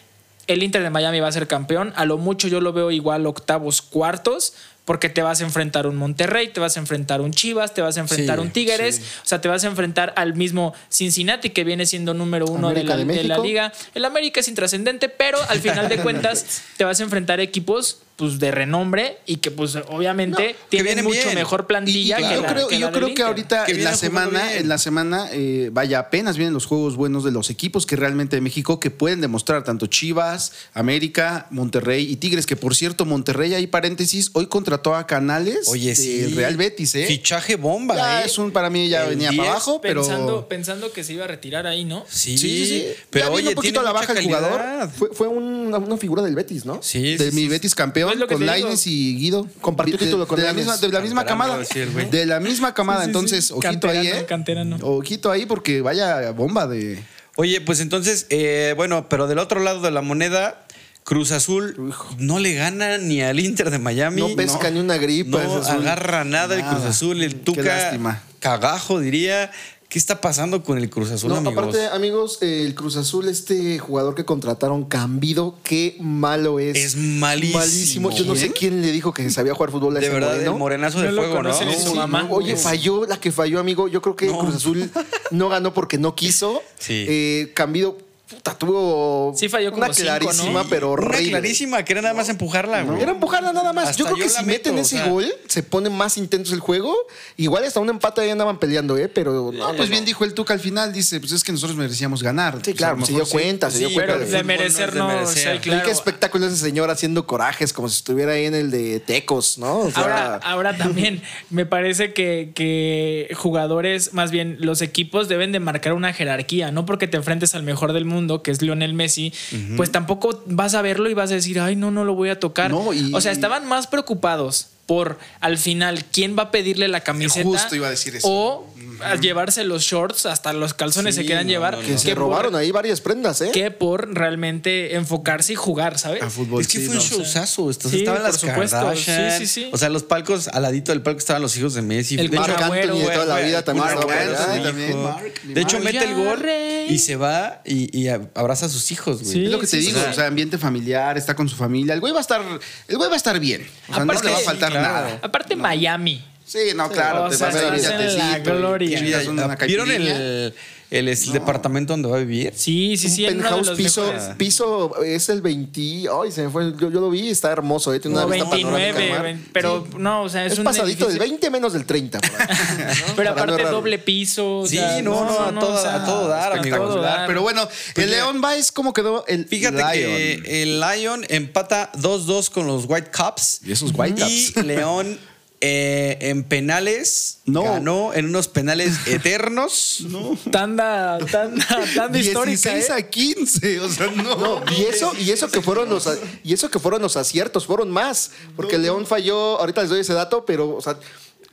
Speaker 3: el Inter de Miami va a ser campeón. A lo mucho yo lo veo igual octavos, cuartos, porque te vas a enfrentar a un Monterrey, te vas a enfrentar a un Chivas, te vas a enfrentar a un Tigres, o sea, te vas a enfrentar al mismo Cincinnati que viene siendo número uno de
Speaker 4: América
Speaker 3: la,
Speaker 4: de
Speaker 3: de la
Speaker 4: México.
Speaker 3: liga. El América es intrascendente, pero al final de cuentas te vas a enfrentar a equipos pues, de renombre y que pues obviamente tienen
Speaker 2: vienen
Speaker 3: mucho
Speaker 2: bien.
Speaker 3: mejor
Speaker 1: Y, y
Speaker 3: plantilla. que
Speaker 1: yo
Speaker 3: la-
Speaker 1: creo,
Speaker 3: que
Speaker 1: y yo
Speaker 3: la
Speaker 1: creo
Speaker 3: del
Speaker 1: que
Speaker 3: Inter.
Speaker 1: ahorita
Speaker 2: Que
Speaker 1: en la,
Speaker 2: vienen jugando
Speaker 1: semana,
Speaker 2: bien.
Speaker 1: en la semana, eh, vaya, apenas vienen los juegos buenos de los equipos que realmente de México que pueden demostrar tanto Chivas, América, Monterrey y Tigres, que por cierto, Monterrey, ahí paréntesis, hoy contrató a Canales
Speaker 2: Oye,
Speaker 1: del
Speaker 2: sí.
Speaker 1: Real Betis, ¿eh?
Speaker 2: Fichaje bomba,
Speaker 1: Ya
Speaker 2: ¿eh?
Speaker 1: es un para mí ya
Speaker 2: El
Speaker 1: venía
Speaker 2: 10
Speaker 1: para abajo, pero
Speaker 3: pensando, pensando que se iba a retirar ahí, ¿no?
Speaker 2: Sí,
Speaker 1: Sí, sí, sí.
Speaker 2: Pero
Speaker 1: Ya vino
Speaker 2: oye,
Speaker 1: un poquito
Speaker 2: tiene
Speaker 1: a la
Speaker 2: mucha
Speaker 1: baja el jugador.
Speaker 2: calidad.
Speaker 4: Fue, fue un- una figura del Betis, ¿no?
Speaker 2: Sí,
Speaker 1: de
Speaker 2: sí,
Speaker 1: mi
Speaker 2: sí.
Speaker 1: Betis campeón
Speaker 3: Es lo que
Speaker 1: con
Speaker 3: te digo.
Speaker 1: Laines y Guido.
Speaker 4: Compartió
Speaker 1: De-
Speaker 4: título con
Speaker 1: de la
Speaker 4: Lainez.
Speaker 1: misma De la misma
Speaker 2: Canterano,
Speaker 1: camada.
Speaker 2: iba a decir Ah, el güey.
Speaker 1: De la misma camada.
Speaker 3: sí, sí.
Speaker 1: Entonces, ojito ahí,
Speaker 3: Canterano,
Speaker 1: ¿eh?
Speaker 3: canterano.
Speaker 1: Ojito ahí porque vaya bomba de.
Speaker 2: Oye, pues entonces, eh, bueno, pero del otro lado de la moneda, Cruz Azul no le gana ni al Inter de Miami.
Speaker 4: No pesca ni una gripa,
Speaker 2: No
Speaker 4: Cruz Azul.
Speaker 2: agarra nada, el Cruz
Speaker 1: Nada.
Speaker 2: Azul. El
Speaker 1: Qué
Speaker 2: Tuca,
Speaker 1: lástima.
Speaker 2: cagajo, diría. ¿Qué está pasando con el Cruz Azul,
Speaker 4: No,
Speaker 2: amigos?
Speaker 4: aparte, amigos, eh, el Cruz Azul, este jugador que contrataron, Cambido, qué malo es.
Speaker 2: Es malísimo.
Speaker 4: Malísimo. Yo no sé quién le dijo que sabía jugar fútbol a
Speaker 2: de
Speaker 4: ese
Speaker 2: verdad,
Speaker 4: moreno.
Speaker 2: el morenazo de
Speaker 3: No lo
Speaker 2: fuego, ¿no?
Speaker 3: conoce ni su
Speaker 4: Sí,
Speaker 3: mamá.
Speaker 4: no, Oye,
Speaker 3: Sí.
Speaker 4: falló la que falló, amigo. Yo creo que Cruz Azul no ganó porque no quiso.
Speaker 2: Sí.
Speaker 4: Eh, Cambido, puta, tuvo
Speaker 3: Sí falló como
Speaker 4: una
Speaker 3: cinco, ¿no?
Speaker 4: clarísima, pero
Speaker 2: Una
Speaker 4: horrible.
Speaker 2: clarísima, que era nada más empujarla, güey.
Speaker 4: Era empujarla nada más.
Speaker 2: Hasta
Speaker 4: yo creo que
Speaker 2: yo la
Speaker 4: si
Speaker 2: meto,
Speaker 4: meten
Speaker 2: o
Speaker 4: ese
Speaker 2: sea.
Speaker 4: gol, se pone más intenso el juego. Igual hasta un empate ahí andaban peleando, ¿eh? Pero no,
Speaker 1: No, pues bien dijo el Tuca al final, dice, pues es que nosotros merecíamos ganar.
Speaker 4: Sí,
Speaker 1: Pues, a
Speaker 4: claro,
Speaker 1: lo
Speaker 4: se dio
Speaker 1: mejor sí.
Speaker 4: cuenta, se dio
Speaker 2: Sí,
Speaker 4: cuenta.
Speaker 3: Pero
Speaker 2: El
Speaker 4: de-
Speaker 3: de
Speaker 2: fútbol
Speaker 3: merecer
Speaker 2: no
Speaker 3: no,
Speaker 2: es de
Speaker 3: o sea,
Speaker 2: merecer.
Speaker 4: Oye,
Speaker 3: claro.
Speaker 4: Qué espectáculo ese señor haciendo corajes como si estuviera ahí en el de Tecos, ¿no? O sea,
Speaker 3: Ahora, ahora también me parece que, que jugadores, más bien los equipos deben de marcar una jerarquía, no porque te enfrentes al mejor del mundo, que es Lionel Messi, pues tampoco vas a verlo y vas a decir, ay, no, no lo voy a tocar.
Speaker 1: No, y-
Speaker 3: o sea, estaban más preocupados por al final quién va a pedirle la camiseta
Speaker 1: Justo iba a decir eso.
Speaker 3: o a llevarse los shorts hasta los calzones
Speaker 2: Sí,
Speaker 3: se quedan
Speaker 2: no,
Speaker 3: llevar
Speaker 2: no, no.
Speaker 4: que se
Speaker 3: que por-
Speaker 4: robaron ahí varias prendas, ¿eh?
Speaker 3: que por realmente enfocarse y jugar, ¿sabes?
Speaker 1: A fútbol.
Speaker 2: es que
Speaker 1: sí,
Speaker 2: fue un
Speaker 1: no.
Speaker 2: showzazo. Esto-
Speaker 3: Sí,
Speaker 2: estaban
Speaker 3: por
Speaker 2: las
Speaker 3: supuesto.
Speaker 2: Kardashian.
Speaker 3: Sí, sí, sí.
Speaker 2: O sea, los palcos, al ladito del palco estaban los hijos de Messi.
Speaker 3: El
Speaker 2: de
Speaker 4: Marc
Speaker 3: Kun Agüero,
Speaker 4: Anthony de toda la
Speaker 3: güey,
Speaker 4: vida también.
Speaker 1: Marc
Speaker 4: estaba por
Speaker 1: Anthony
Speaker 4: allá.
Speaker 1: también.
Speaker 2: hijo.
Speaker 1: Marc, mi
Speaker 2: de hecho,
Speaker 3: Marc.
Speaker 2: mete el gol
Speaker 3: Rey.
Speaker 2: y se va y, y abraza a sus hijos, güey.
Speaker 3: Sí,
Speaker 1: Es lo que te digo,
Speaker 3: sí.
Speaker 1: o sea, ambiente familiar, está con su familia, el güey va a estar, el güey va a estar bien. O sea, no
Speaker 3: Aparte-
Speaker 1: le va a faltar
Speaker 2: Sí, claro.
Speaker 1: nada.
Speaker 3: Aparte Miami.
Speaker 1: Sí, no, claro,
Speaker 3: o
Speaker 1: te
Speaker 3: sea,
Speaker 1: vas a
Speaker 4: estás
Speaker 1: ir a
Speaker 4: en
Speaker 3: la
Speaker 1: tecito y
Speaker 3: gloria.
Speaker 1: chingas una
Speaker 2: ¿Vieron el,
Speaker 1: caipirinha.
Speaker 2: el- el departamento donde va a vivir?
Speaker 3: Sí, sí,
Speaker 4: un
Speaker 3: sí. en uno de
Speaker 4: penthouse
Speaker 3: los
Speaker 4: piso,
Speaker 3: mejores.
Speaker 4: piso es el 20. Ay, se me fue. Yo, yo lo vi, está hermoso. eh, Tiene
Speaker 3: Como
Speaker 4: una vista panorámica
Speaker 3: 29,
Speaker 4: al mar.
Speaker 3: ve- pero
Speaker 4: Sí.
Speaker 3: no, o sea, es,
Speaker 4: es
Speaker 3: un
Speaker 4: pasadito del
Speaker 3: edificio-
Speaker 4: 20 menos del 30. por ahí, ¿no?
Speaker 3: Pero
Speaker 4: Para no
Speaker 3: aparte
Speaker 4: errar.
Speaker 3: doble piso. o
Speaker 2: Sí,
Speaker 3: sea,
Speaker 2: no, no, a todo- a todo dar,
Speaker 3: a
Speaker 2: amigo. Pues
Speaker 3: todo dar.
Speaker 1: Pero bueno, el León Baez, ¿cómo quedó el
Speaker 2: Fíjate
Speaker 1: Lion?
Speaker 2: que el Lion empata 2-2 con los White Cups.
Speaker 1: ¿Y esos White
Speaker 2: Y
Speaker 1: Caps?
Speaker 2: León eh, en penales
Speaker 1: No.
Speaker 2: ganó en unos penales eternos.
Speaker 3: Tanda, tanda, tanda histórica.
Speaker 1: 16
Speaker 3: ¿eh?
Speaker 1: a 15, o sea, no.
Speaker 4: No, y eso, y eso que fueron los a- y eso que fueron los aciertos, fueron más. Porque León falló, ahorita les doy ese dato, pero, o sea,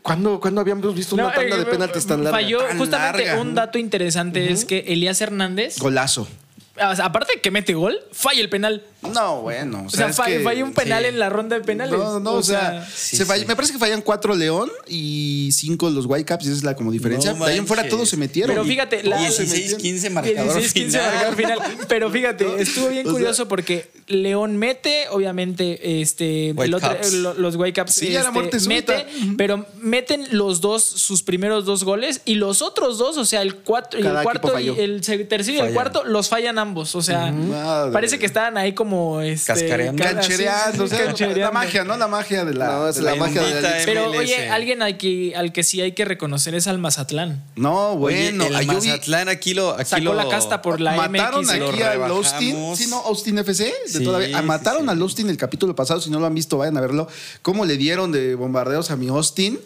Speaker 4: ¿cuándo, cuándo habíamos visto una
Speaker 3: No,
Speaker 4: tanda
Speaker 3: eh,
Speaker 4: de penaltis tan larga?
Speaker 3: Falló,
Speaker 2: Tan
Speaker 3: justamente
Speaker 2: larga.
Speaker 3: un dato interesante es que Elías Hernández,
Speaker 1: Golazo.
Speaker 3: o sea, aparte de que mete gol, falla el penal.
Speaker 1: No, bueno. O
Speaker 3: O sea,
Speaker 1: sea, es
Speaker 3: fa-
Speaker 1: que-
Speaker 3: falla un penal en la ronda de penales.
Speaker 1: No, no, o, sea, se falla- me parece que fallan cuatro León y cinco los Whitecaps, y esa es la como diferencia.
Speaker 2: No
Speaker 1: de ahí en fuera
Speaker 2: manches.
Speaker 1: todos se metieron.
Speaker 3: Pero
Speaker 1: Y
Speaker 3: fíjate,
Speaker 1: todos
Speaker 3: la-
Speaker 1: se
Speaker 2: 16,
Speaker 1: metieron.
Speaker 2: 15 marcador
Speaker 3: 16, 15
Speaker 2: final.
Speaker 3: marcador final. Pero fíjate, estuvo bien curioso porque León mete, obviamente, este, el
Speaker 2: White
Speaker 3: otro-
Speaker 2: Caps.
Speaker 3: eh, lo- los White Caps.
Speaker 1: Sí, a la
Speaker 3: este,
Speaker 1: muerte súbita.
Speaker 3: mete, pero meten los dos, sus primeros dos goles y los otros dos, o sea, el cuatro y
Speaker 4: Cada
Speaker 3: el
Speaker 4: equipo
Speaker 3: cuarto y
Speaker 4: falló.
Speaker 3: el se- tercero y el
Speaker 2: Fallaron.
Speaker 3: cuarto los fallan ambos. O sea,
Speaker 1: Madre.
Speaker 3: parece que estaban ahí como este,
Speaker 2: Cascareando.
Speaker 3: cara-
Speaker 1: Canchereando, o sea,
Speaker 3: canchereando.
Speaker 1: la magia, ¿no? La magia de la. eh.
Speaker 4: No, es
Speaker 1: de
Speaker 4: la magia de
Speaker 2: bendita
Speaker 4: la
Speaker 3: Pero
Speaker 2: MLS.
Speaker 3: oye, alguien al que, al que sí hay que reconocer es al Mazatlán.
Speaker 1: No,
Speaker 2: Oye,
Speaker 1: bueno,
Speaker 2: el
Speaker 1: ahí yo vi-
Speaker 2: Mazatlán aquí lo. Aquí
Speaker 3: Sacó
Speaker 2: lo-
Speaker 3: la casta por la
Speaker 1: mataron
Speaker 3: MX.
Speaker 2: lo
Speaker 1: aquí al
Speaker 2: rebajamos.
Speaker 1: Austin, sí, no, Austin FC, de
Speaker 2: Sí,
Speaker 1: toda la- ah,
Speaker 2: sí,
Speaker 1: mataron
Speaker 2: sí.
Speaker 1: al Austin el capítulo pasado, si no lo han visto, vayan a verlo, cómo le dieron de bombardeos a mi Austin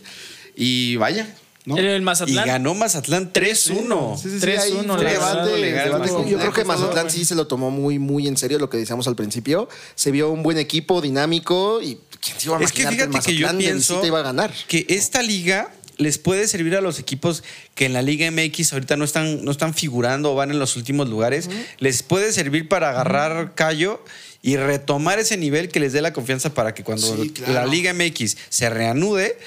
Speaker 1: y vaya, ¿no?
Speaker 3: El, el
Speaker 2: Y
Speaker 3: Mazatlán.
Speaker 2: ganó Mazatlán 3-1.
Speaker 1: Sí, sí, sí, ahí
Speaker 3: 3-1,
Speaker 1: fue
Speaker 3: la
Speaker 1: debate,
Speaker 3: verdad,
Speaker 2: legal,
Speaker 1: debate
Speaker 2: ¿no?
Speaker 1: complejo,
Speaker 4: Yo creo que
Speaker 1: todo.
Speaker 4: Mazatlán sí se lo tomó muy, muy en serio lo que decíamos al principio. Se vio un buen equipo, dinámico y quién se iba a
Speaker 2: Es que
Speaker 4: imaginar el
Speaker 2: fíjate que yo
Speaker 4: Mazatlán de
Speaker 2: pienso
Speaker 4: visita iba a ganar.
Speaker 2: que esta liga les puede servir a los equipos que en la Liga MX ahorita no están, no están figurando o van en los últimos lugares. Les puede servir para agarrar callo y retomar ese nivel que les dé la confianza para que cuando
Speaker 1: Sí, claro.
Speaker 2: la Liga MX se reanude,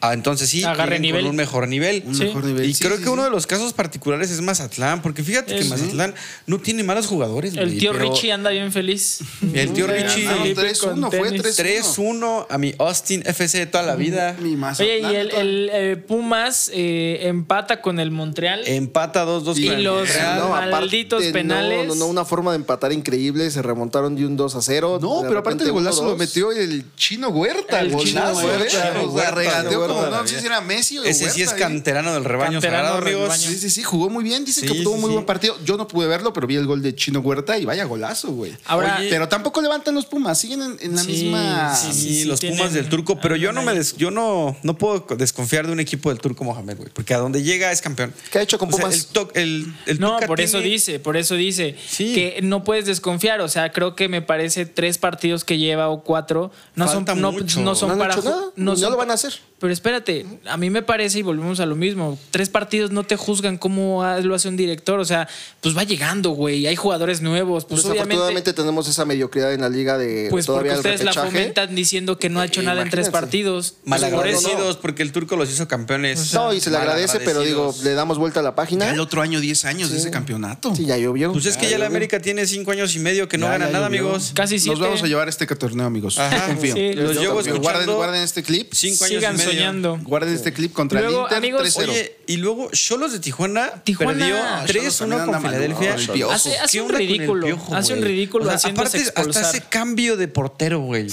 Speaker 2: ah, entonces sí,
Speaker 3: Agarre
Speaker 2: lleguen
Speaker 3: nivel.
Speaker 2: con un mejor nivel.
Speaker 1: Un
Speaker 3: Sí.
Speaker 1: mejor nivel.
Speaker 2: Y
Speaker 1: sí,
Speaker 2: creo
Speaker 1: sí,
Speaker 2: que
Speaker 1: sí.
Speaker 2: uno de los casos particulares es Mazatlán, porque fíjate que
Speaker 3: Es-
Speaker 2: Mazatlán no tiene malos jugadores.
Speaker 3: El
Speaker 2: güey,
Speaker 3: tío
Speaker 2: pero
Speaker 3: Richie anda bien feliz.
Speaker 2: El tío
Speaker 3: Sí,
Speaker 2: Richie.
Speaker 3: anda Felipe
Speaker 1: 3-1,
Speaker 3: con
Speaker 1: fue
Speaker 3: tenis.
Speaker 1: 3-1.
Speaker 2: 3-1 a mi Austin FC de toda la vida.
Speaker 1: Mm. Mi Mazatlán,
Speaker 3: Oye, y el,
Speaker 1: toda-
Speaker 3: el, eh, Pumas eh, empata con el Montreal.
Speaker 1: Eh,
Speaker 2: Empata 2-2
Speaker 3: Y
Speaker 2: con el
Speaker 3: los-
Speaker 2: Montreal.
Speaker 3: No, malditos
Speaker 4: no,
Speaker 3: penales.
Speaker 4: No, no, una forma de empatar increíble. Se remontaron de un 2 a 0.
Speaker 1: No, pero aparte de golazo lo
Speaker 4: metió
Speaker 1: metió el chino Huerta.
Speaker 3: El Chino
Speaker 1: golazo,
Speaker 3: Huerta,
Speaker 1: ¿eh?
Speaker 2: Chino
Speaker 1: O sea,
Speaker 2: Huerta,
Speaker 1: regateó
Speaker 2: Huerta
Speaker 1: como,
Speaker 2: de la
Speaker 1: no sé
Speaker 2: vida.
Speaker 1: si era Messi o
Speaker 2: Ese sí es
Speaker 1: Huerta, ¿eh?
Speaker 2: canterano del rebaño
Speaker 3: Canterano
Speaker 2: sagrado,
Speaker 3: del
Speaker 2: amigos.
Speaker 3: rebaño.
Speaker 1: Sí, sí, sí, jugó muy bien. Dice
Speaker 2: Sí,
Speaker 1: que tuvo
Speaker 2: sí,
Speaker 1: muy
Speaker 2: sí.
Speaker 1: buen partido. Yo no pude verlo, pero vi el gol de Chino Huerta y vaya golazo, güey.
Speaker 3: Ahora-
Speaker 1: Oye, pero tampoco levantan los Pumas, siguen en, en la
Speaker 3: Ah, Sí,
Speaker 1: misma.
Speaker 2: Sí,
Speaker 3: Sí, sí,
Speaker 2: los
Speaker 3: tienen
Speaker 2: Pumas del Turco, pero yo no me
Speaker 3: ahí.
Speaker 2: des- yo no, no puedo desconfiar de un equipo del Turco Mohamed, güey, porque a donde llega es campeón.
Speaker 4: ¿Qué ha hecho con
Speaker 2: O sea,
Speaker 4: Pumas?
Speaker 2: el toc- el- el
Speaker 3: No,
Speaker 2: Tuca
Speaker 3: por eso
Speaker 2: tiene-
Speaker 3: dice, por eso dice
Speaker 2: Sí.
Speaker 3: que no puedes desconfiar. O sea, creo que me parece tres partidos que lleva o cuatro no
Speaker 2: Falta
Speaker 3: son, no,
Speaker 2: mucho.
Speaker 3: no son
Speaker 4: No han
Speaker 3: para
Speaker 4: hecho
Speaker 3: ju-
Speaker 4: nada, no
Speaker 3: son-
Speaker 4: lo van a hacer.
Speaker 3: Pero espérate, a mí me parece y volvemos a lo mismo. Tres partidos no te juzgan cómo ha- lo hace un director. O sea, pues va llegando, güey. Hay jugadores nuevos. Pues obviamente.
Speaker 4: Desafortunadamente tenemos esa mediocridad en la liga de
Speaker 3: Pues porque
Speaker 4: todavía el
Speaker 3: ustedes la
Speaker 4: repechaje.
Speaker 3: fomentan diciendo que no ha hecho nada en tres
Speaker 4: Imagínense.
Speaker 3: partidos. Pues por eso.
Speaker 2: Malagradecidos, porque el Turco los hizo campeones.
Speaker 4: No, y se le agradece, pero digo, le damos vuelta a la página.
Speaker 1: Ya el otro año, 10 años de ese campeonato.
Speaker 4: Sí, ya llovió.
Speaker 2: Pues es que ya la América tiene cinco años y medio que no
Speaker 1: Ya,
Speaker 2: gana
Speaker 1: ya
Speaker 2: nada,
Speaker 1: llovió.
Speaker 2: amigos.
Speaker 3: Casi
Speaker 1: Nos
Speaker 3: siete.
Speaker 1: vamos a llevar este torneo, amigos.
Speaker 2: Ajá.
Speaker 1: Confío.
Speaker 3: Sí,
Speaker 2: Los
Speaker 3: Yo
Speaker 2: llevo
Speaker 3: también.
Speaker 2: escuchando.
Speaker 1: Guarden, guarden este clip.
Speaker 2: Cinco años
Speaker 3: Sigan
Speaker 2: y medio.
Speaker 3: soñando.
Speaker 1: Guarden este clip contra
Speaker 3: Luego,
Speaker 1: el Inter
Speaker 3: amigos,
Speaker 1: 3-0.
Speaker 2: Oye, y luego Cholos de Tijuana,
Speaker 3: Tijuana. Ah,
Speaker 2: perdió
Speaker 3: Cholos
Speaker 2: 3-1
Speaker 1: también anda
Speaker 2: con
Speaker 1: mal,
Speaker 2: Filadelfia.
Speaker 1: ¿no? El Piojo.
Speaker 3: Hace- hace
Speaker 2: ¿Qué
Speaker 3: un
Speaker 2: onda con el
Speaker 3: ridículo, hace un
Speaker 2: güey?
Speaker 3: ridículo haciéndose
Speaker 2: aparte,
Speaker 3: expulsar.
Speaker 2: hasta hace cambio de portero, güey.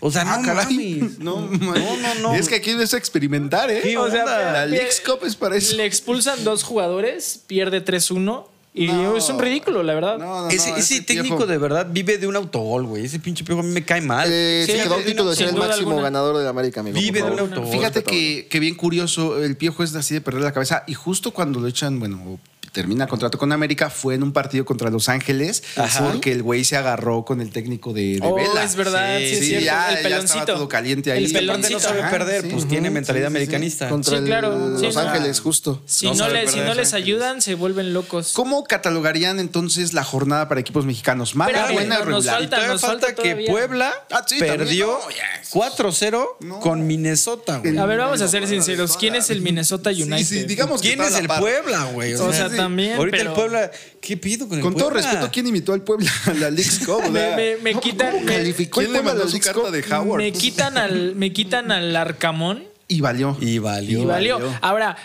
Speaker 2: O sea,
Speaker 1: Ah,
Speaker 2: no
Speaker 1: caray.
Speaker 2: mames.
Speaker 1: No,
Speaker 2: no, no, no.
Speaker 1: Es que aquí ves a experimentar, ¿eh?
Speaker 2: ¿Qué
Speaker 3: O sea,
Speaker 2: onda?
Speaker 1: La
Speaker 3: pe-
Speaker 1: Leagues Cup es para eso.
Speaker 3: Le expulsan dos jugadores, pierde 3-1 y
Speaker 1: No.
Speaker 3: es un ridículo, la verdad.
Speaker 1: No, no,
Speaker 2: ese
Speaker 1: no,
Speaker 2: ese técnico
Speaker 1: viejo.
Speaker 2: de verdad vive de un autogol, güey. Ese pinche piojo a mí me cae mal.
Speaker 4: Eh,
Speaker 3: Sí,
Speaker 4: se quedó
Speaker 3: sin
Speaker 4: un título de ser el
Speaker 3: duda
Speaker 4: máximo
Speaker 3: alguna.
Speaker 4: ganador de la América, amigo.
Speaker 2: Vive
Speaker 4: por
Speaker 2: de un
Speaker 4: favor.
Speaker 2: autogol.
Speaker 1: Fíjate que, que bien curioso, el piojo es así de perder la cabeza y justo cuando lo echan, bueno, o termina contrato con América, fue en un partido contra Los Ángeles
Speaker 2: Ajá.
Speaker 1: porque el güey se agarró con el técnico de, de
Speaker 3: Oh,
Speaker 1: Vela.
Speaker 3: es verdad,
Speaker 2: Sí,
Speaker 3: sí,
Speaker 2: sí,
Speaker 3: es cierto.
Speaker 1: ya-
Speaker 3: el
Speaker 1: ya
Speaker 3: peloncito.
Speaker 1: estaba todo caliente ahí.
Speaker 2: Y
Speaker 3: El
Speaker 2: aparte no
Speaker 3: peloncito.
Speaker 2: sabe
Speaker 1: Ajá,
Speaker 2: perder,
Speaker 1: sí,
Speaker 2: pues
Speaker 1: ujú,
Speaker 2: tiene
Speaker 1: sí,
Speaker 2: mentalidad
Speaker 1: sí, sí.
Speaker 2: americanista.
Speaker 4: Contra
Speaker 3: Sí,
Speaker 4: el-
Speaker 3: claro, sí,
Speaker 4: Los
Speaker 3: no.
Speaker 4: Ángeles, justo.
Speaker 3: Si,
Speaker 2: No
Speaker 3: no
Speaker 2: sabe
Speaker 3: le-
Speaker 2: perder
Speaker 3: si no
Speaker 2: Los
Speaker 3: les
Speaker 2: Ángeles.
Speaker 3: ayudan, se vuelven locos.
Speaker 1: ¿Cómo catalogarían entonces la jornada para equipos mexicanos? ¿Mala,
Speaker 3: Espérame,
Speaker 1: buena,
Speaker 3: no, nos
Speaker 1: regular?
Speaker 2: Y todavía
Speaker 3: nos
Speaker 2: falta,
Speaker 3: falta
Speaker 2: que
Speaker 3: todavía.
Speaker 2: Puebla
Speaker 1: Ah, sí, también,
Speaker 2: perdió
Speaker 1: no, ya, eso-
Speaker 2: 4-0
Speaker 1: No.
Speaker 2: con Minnesota, güey.
Speaker 3: A ver, vamos a ser sinceros. ¿Quién es el Minnesota
Speaker 1: Sí,
Speaker 3: United?
Speaker 1: sí, digamos que
Speaker 2: ¿Quién
Speaker 1: está a
Speaker 2: es
Speaker 1: la
Speaker 2: el
Speaker 1: par.
Speaker 2: Puebla, güey?
Speaker 3: O sea, también,
Speaker 2: Ahorita
Speaker 3: pero-
Speaker 2: el Puebla. ¿Qué pido con el
Speaker 1: Con todo
Speaker 2: Puebla?
Speaker 1: respeto, ¿quién imitó al Puebla? La Leagues Cup. o
Speaker 3: Me,
Speaker 1: sea,
Speaker 3: me- me quitan, me,
Speaker 1: calificó el
Speaker 4: ¿Quién le
Speaker 1: Puebla
Speaker 4: mandó
Speaker 1: la
Speaker 4: su
Speaker 1: Leagues
Speaker 4: carta
Speaker 1: Cup?
Speaker 4: de Howard?
Speaker 3: me quitan al, me quitan al Arcamón
Speaker 1: y valió.
Speaker 2: Y valió.
Speaker 3: Y valió. Ahora,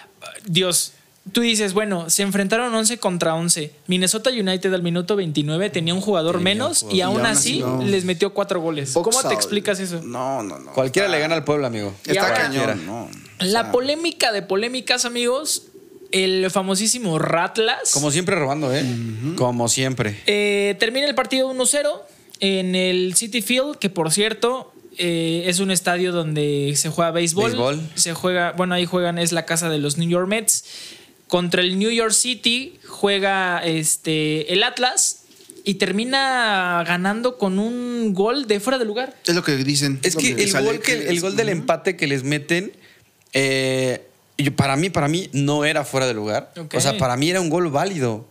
Speaker 3: Dios, tú dices, bueno, se enfrentaron 11 contra 11. Minnesota United al minuto 29 tenía un jugador menos y aún,
Speaker 1: aún así
Speaker 3: así
Speaker 1: no.
Speaker 3: les metió cuatro goles. ¿Cómo te
Speaker 1: Oxal.
Speaker 3: explicas eso?
Speaker 1: No, no, no.
Speaker 2: Cualquiera le gana al pueblo, amigo.
Speaker 3: Y
Speaker 1: Está
Speaker 3: ahora-
Speaker 1: cañón, no.
Speaker 3: La polémica de polémicas, amigos, el famosísimo Ratlas.
Speaker 2: Como siempre robando, ¿eh? Como siempre.
Speaker 3: Eh, termina el partido 1-0 en el City Field, que por cierto eh, es un estadio donde se juega béisbol.
Speaker 2: Béisbol.
Speaker 3: Se juega, bueno, ahí juegan, es la casa de los New York Mets. Contra el New York City juega este, el Atlas y termina ganando con un gol de fuera de lugar.
Speaker 1: Es lo que dicen.
Speaker 2: Es que
Speaker 1: Lo
Speaker 2: el
Speaker 1: sale
Speaker 2: gol, que-
Speaker 1: es-
Speaker 2: el gol del empate que les meten, eh, yo- para mí, para mí, no era fuera de lugar.
Speaker 3: Ok.
Speaker 2: O sea, para mí era un gol válido.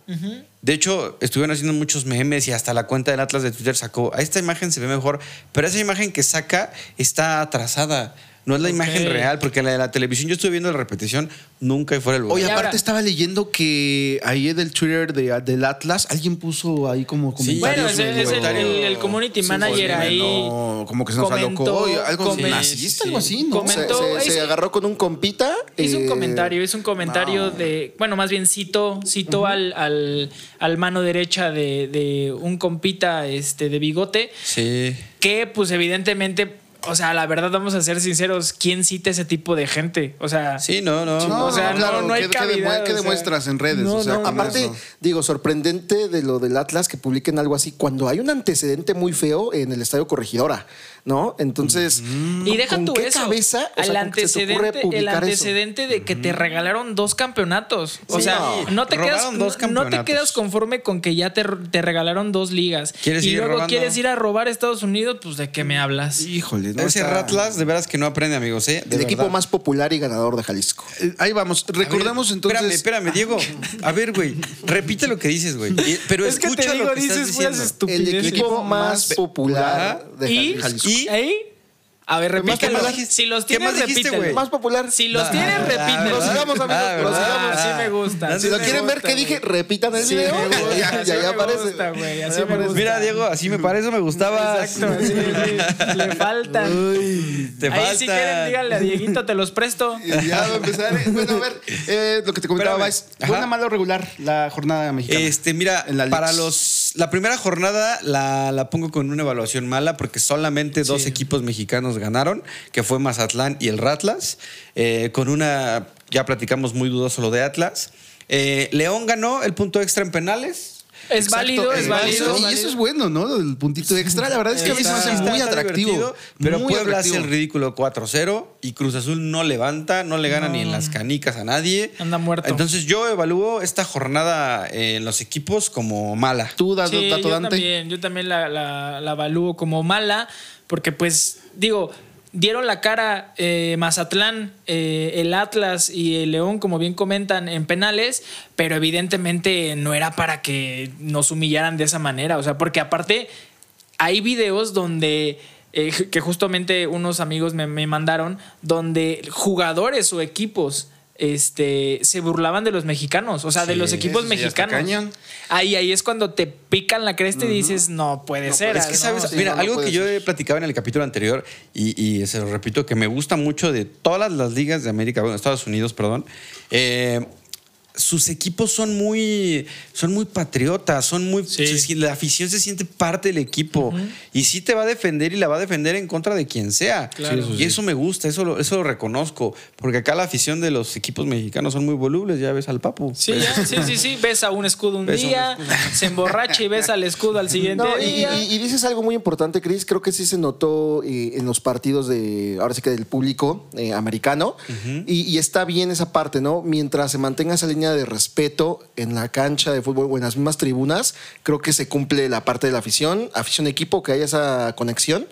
Speaker 2: De hecho, estuvieron haciendo muchos memes y hasta la cuenta del Atlas de Twitter sacó. "Ah, Esta imagen se ve mejor, pero esa imagen que saca está atrasada. No es la
Speaker 3: Ok.
Speaker 2: imagen real, porque la de la televisión, yo estuve viendo la repetición, nunca hay fuera de lugar.
Speaker 1: Oye,
Speaker 3: Y ahora-
Speaker 1: aparte estaba leyendo que ahí del Twitter de, del Atlas alguien puso ahí como
Speaker 2: Sí,
Speaker 3: Bueno,
Speaker 1: comentarios.
Speaker 2: varios
Speaker 3: es, el- es el,
Speaker 2: comentarios.
Speaker 3: el- el community
Speaker 2: Sí,
Speaker 3: manager
Speaker 2: bueno,
Speaker 3: ahí.
Speaker 1: no, como que se nos
Speaker 3: comentó-
Speaker 1: alocó. Oye, algo
Speaker 3: comen-
Speaker 1: nazista,
Speaker 3: sí.
Speaker 1: algo así, ¿no?
Speaker 4: Se,
Speaker 3: Comentó,
Speaker 4: se-
Speaker 3: es-
Speaker 4: se agarró con un compita.
Speaker 3: Hizo un
Speaker 4: eh,
Speaker 3: comentario, hizo un comentario de. Bueno, más bien citó, citó al, al, al mano derecha de, de un compita este, de bigote.
Speaker 2: Sí.
Speaker 3: Que, pues, evidentemente. O sea, la verdad, vamos a ser sinceros, ¿quién cita ese tipo de gente? O sea.
Speaker 2: Sí, no, no.
Speaker 1: No,
Speaker 3: o sea, no,
Speaker 1: Ah, claro,
Speaker 3: no hay
Speaker 1: ¿qué- qué
Speaker 3: cabida,
Speaker 1: demue-
Speaker 3: o
Speaker 1: qué
Speaker 3: sea.
Speaker 1: demuestras en redes?
Speaker 3: No,
Speaker 1: O sea,
Speaker 3: no,
Speaker 1: con
Speaker 4: Aparte,
Speaker 1: eso.
Speaker 4: digo, sorprendente de lo del Atlas que publiquen algo así cuando hay un antecedente muy feo en el Estadio Corregidora, ¿no? Entonces,
Speaker 3: Y deja
Speaker 4: ¿con
Speaker 3: tú
Speaker 4: qué
Speaker 3: eso.
Speaker 4: cabeza o
Speaker 3: al
Speaker 4: sea, ¿con qué se te ocurre
Speaker 3: antecedente, el
Speaker 4: publicar eso?
Speaker 3: antecedente de que te regalaron dos campeonatos. O
Speaker 2: Sí,
Speaker 3: sea,
Speaker 2: no.
Speaker 3: no, te quedas,
Speaker 2: Robaron dos
Speaker 3: no- no te
Speaker 2: campeonatos.
Speaker 3: quedas conforme con que ya te, te regalaron dos ligas.
Speaker 2: ¿Quieres
Speaker 3: y
Speaker 2: seguir
Speaker 3: luego
Speaker 2: robando?
Speaker 3: quieres ir a robar a Estados Unidos, pues de qué me hablas.
Speaker 1: Híjole, no.
Speaker 2: Ese
Speaker 1: está-
Speaker 2: Ratlas, de veras que no aprende, amigos, ¿eh? De
Speaker 4: El equipo
Speaker 2: verdad.
Speaker 4: más popular y ganador de Jalisco.
Speaker 1: Eh, Ahí vamos. Recordamos entonces.
Speaker 3: Ah,
Speaker 2: Espérame, espérame, Diego. A ver, güey. Repite lo que dices, güey. Y- Pero
Speaker 3: Es que te
Speaker 2: escucha
Speaker 3: digo,
Speaker 2: lo que
Speaker 3: dices
Speaker 2: estás
Speaker 3: puras
Speaker 2: diciendo.
Speaker 4: El
Speaker 3: Estupideces.
Speaker 4: equipo más
Speaker 1: Más
Speaker 4: popular
Speaker 2: popular
Speaker 4: de
Speaker 3: y,
Speaker 4: Jalisco.
Speaker 3: y ahí. A
Speaker 2: más
Speaker 3: ver, repítelo.
Speaker 2: dijiste?
Speaker 3: Si los
Speaker 2: ¿Qué
Speaker 3: tienes,
Speaker 2: más dijiste,
Speaker 3: repítelo.
Speaker 2: güey?
Speaker 4: Más popular.
Speaker 3: Si los
Speaker 2: Ah,
Speaker 3: tienes,
Speaker 2: ah,
Speaker 3: repítelo.
Speaker 2: ¿verdad?
Speaker 4: Prosigamos, amigos,
Speaker 2: Ah, ¿verdad?
Speaker 3: Prosigamos. Sí me gusta.
Speaker 2: Ah,
Speaker 3: Sí
Speaker 4: Si lo
Speaker 3: me
Speaker 4: quieren ver,
Speaker 3: gusta,
Speaker 4: que
Speaker 3: güey.
Speaker 4: dije? Repitan el
Speaker 3: Sí,
Speaker 4: video.
Speaker 3: me gusta,
Speaker 4: ya
Speaker 3: así
Speaker 4: ya
Speaker 3: me
Speaker 4: aparece.
Speaker 3: gusta, güey, así
Speaker 4: Ya
Speaker 3: me
Speaker 4: aparece.
Speaker 2: Mira, Diego, así me parece, me gustabas.
Speaker 3: Exacto, sí, sí, le faltan.
Speaker 2: Te
Speaker 3: Ahí si
Speaker 2: faltan.
Speaker 3: quieren, díganle a Dieguito, te los presto.
Speaker 1: Eh, Ya va a empezar. eh. Bueno, a ver, eh, lo que te comentaba
Speaker 2: Espérame.
Speaker 1: es
Speaker 2: Ajá.
Speaker 1: buena, mala o regular la jornada mexicana.
Speaker 2: Este, mira,
Speaker 1: En la
Speaker 2: para
Speaker 1: Leeds.
Speaker 2: los. La primera jornada la, la pongo con una evaluación mala porque solamente dos equipos mexicanos ganaron, que fue Mazatlán y el Ratlas. eh, con una. Ya platicamos muy dudoso lo de Atlas. Eh, León ganó el punto extra en penales.
Speaker 3: Es
Speaker 1: Exacto,
Speaker 3: válido, es
Speaker 1: eh,
Speaker 3: válido.
Speaker 1: eso- Y eso es bueno, ¿no? El puntito extra. La verdad es que a veces
Speaker 2: Está-
Speaker 1: hace muy
Speaker 2: está
Speaker 1: atractivo.
Speaker 2: divertido, Pero
Speaker 1: muy
Speaker 2: Puebla
Speaker 1: atractivo.
Speaker 2: hace el ridículo 4-0 y Cruz Azul no levanta, no le gana ni en las canicas a nadie.
Speaker 3: Anda muerto.
Speaker 2: Entonces yo evalúo esta jornada eh, en los equipos como mala.
Speaker 1: Tú, das
Speaker 3: Sí,
Speaker 1: dato
Speaker 3: yo
Speaker 1: Dante.
Speaker 3: también, yo también la, la, la avalúo como mala, porque pues digo, dieron la cara eh, Mazatlán, eh, el Atlas y el León, como bien comentan, en penales, pero evidentemente no era para que nos humillaran de esa manera, o sea, porque aparte hay videos donde... eh, que justamente unos amigos me, me mandaron, donde jugadores o equipos este, se burlaban de los mexicanos, o sea, de
Speaker 2: Sí,
Speaker 3: los equipos
Speaker 1: eso sí, hasta
Speaker 3: mexicanos.
Speaker 1: cañón.
Speaker 3: Ahí, ahí es cuando te pican la cresta y dices, no puede ser.
Speaker 2: Es que,
Speaker 3: ¿no?
Speaker 2: ¿sabes?
Speaker 3: Sí.
Speaker 2: Mira,
Speaker 4: no, no
Speaker 2: algo
Speaker 4: puede
Speaker 2: que yo he platicado en el capítulo anterior y, y se lo repito, que me gusta mucho de todas las ligas de América, bueno, Estados Unidos, perdón. eh, sus equipos son muy, son muy patriotas, son muy.
Speaker 3: Sí.
Speaker 2: se- la afición se siente parte del equipo y sí te va a defender y la va a defender en contra de quien sea.
Speaker 3: Claro. Sí, eso
Speaker 2: Y eso me gusta, eso lo, eso lo reconozco, porque acá la afición de los equipos mexicanos son muy volubles, ya ves al papu.
Speaker 3: Sí, ya, sí, sí, sí. Ves a un escudo un
Speaker 2: Ves a un
Speaker 3: día, se emborracha y ves al escudo al siguiente
Speaker 4: No, y,
Speaker 3: día.
Speaker 4: y- y dices algo muy importante, Chris. Creo que sí se notó eh, en los partidos de, ahora sí que del público eh, americano. y, y está bien esa parte, ¿no? Mientras se mantenga esa línea de respeto en la cancha de fútbol o en las mismas tribunas, creo que se cumple la parte de la afición, afición-equipo, que haya esa conexión.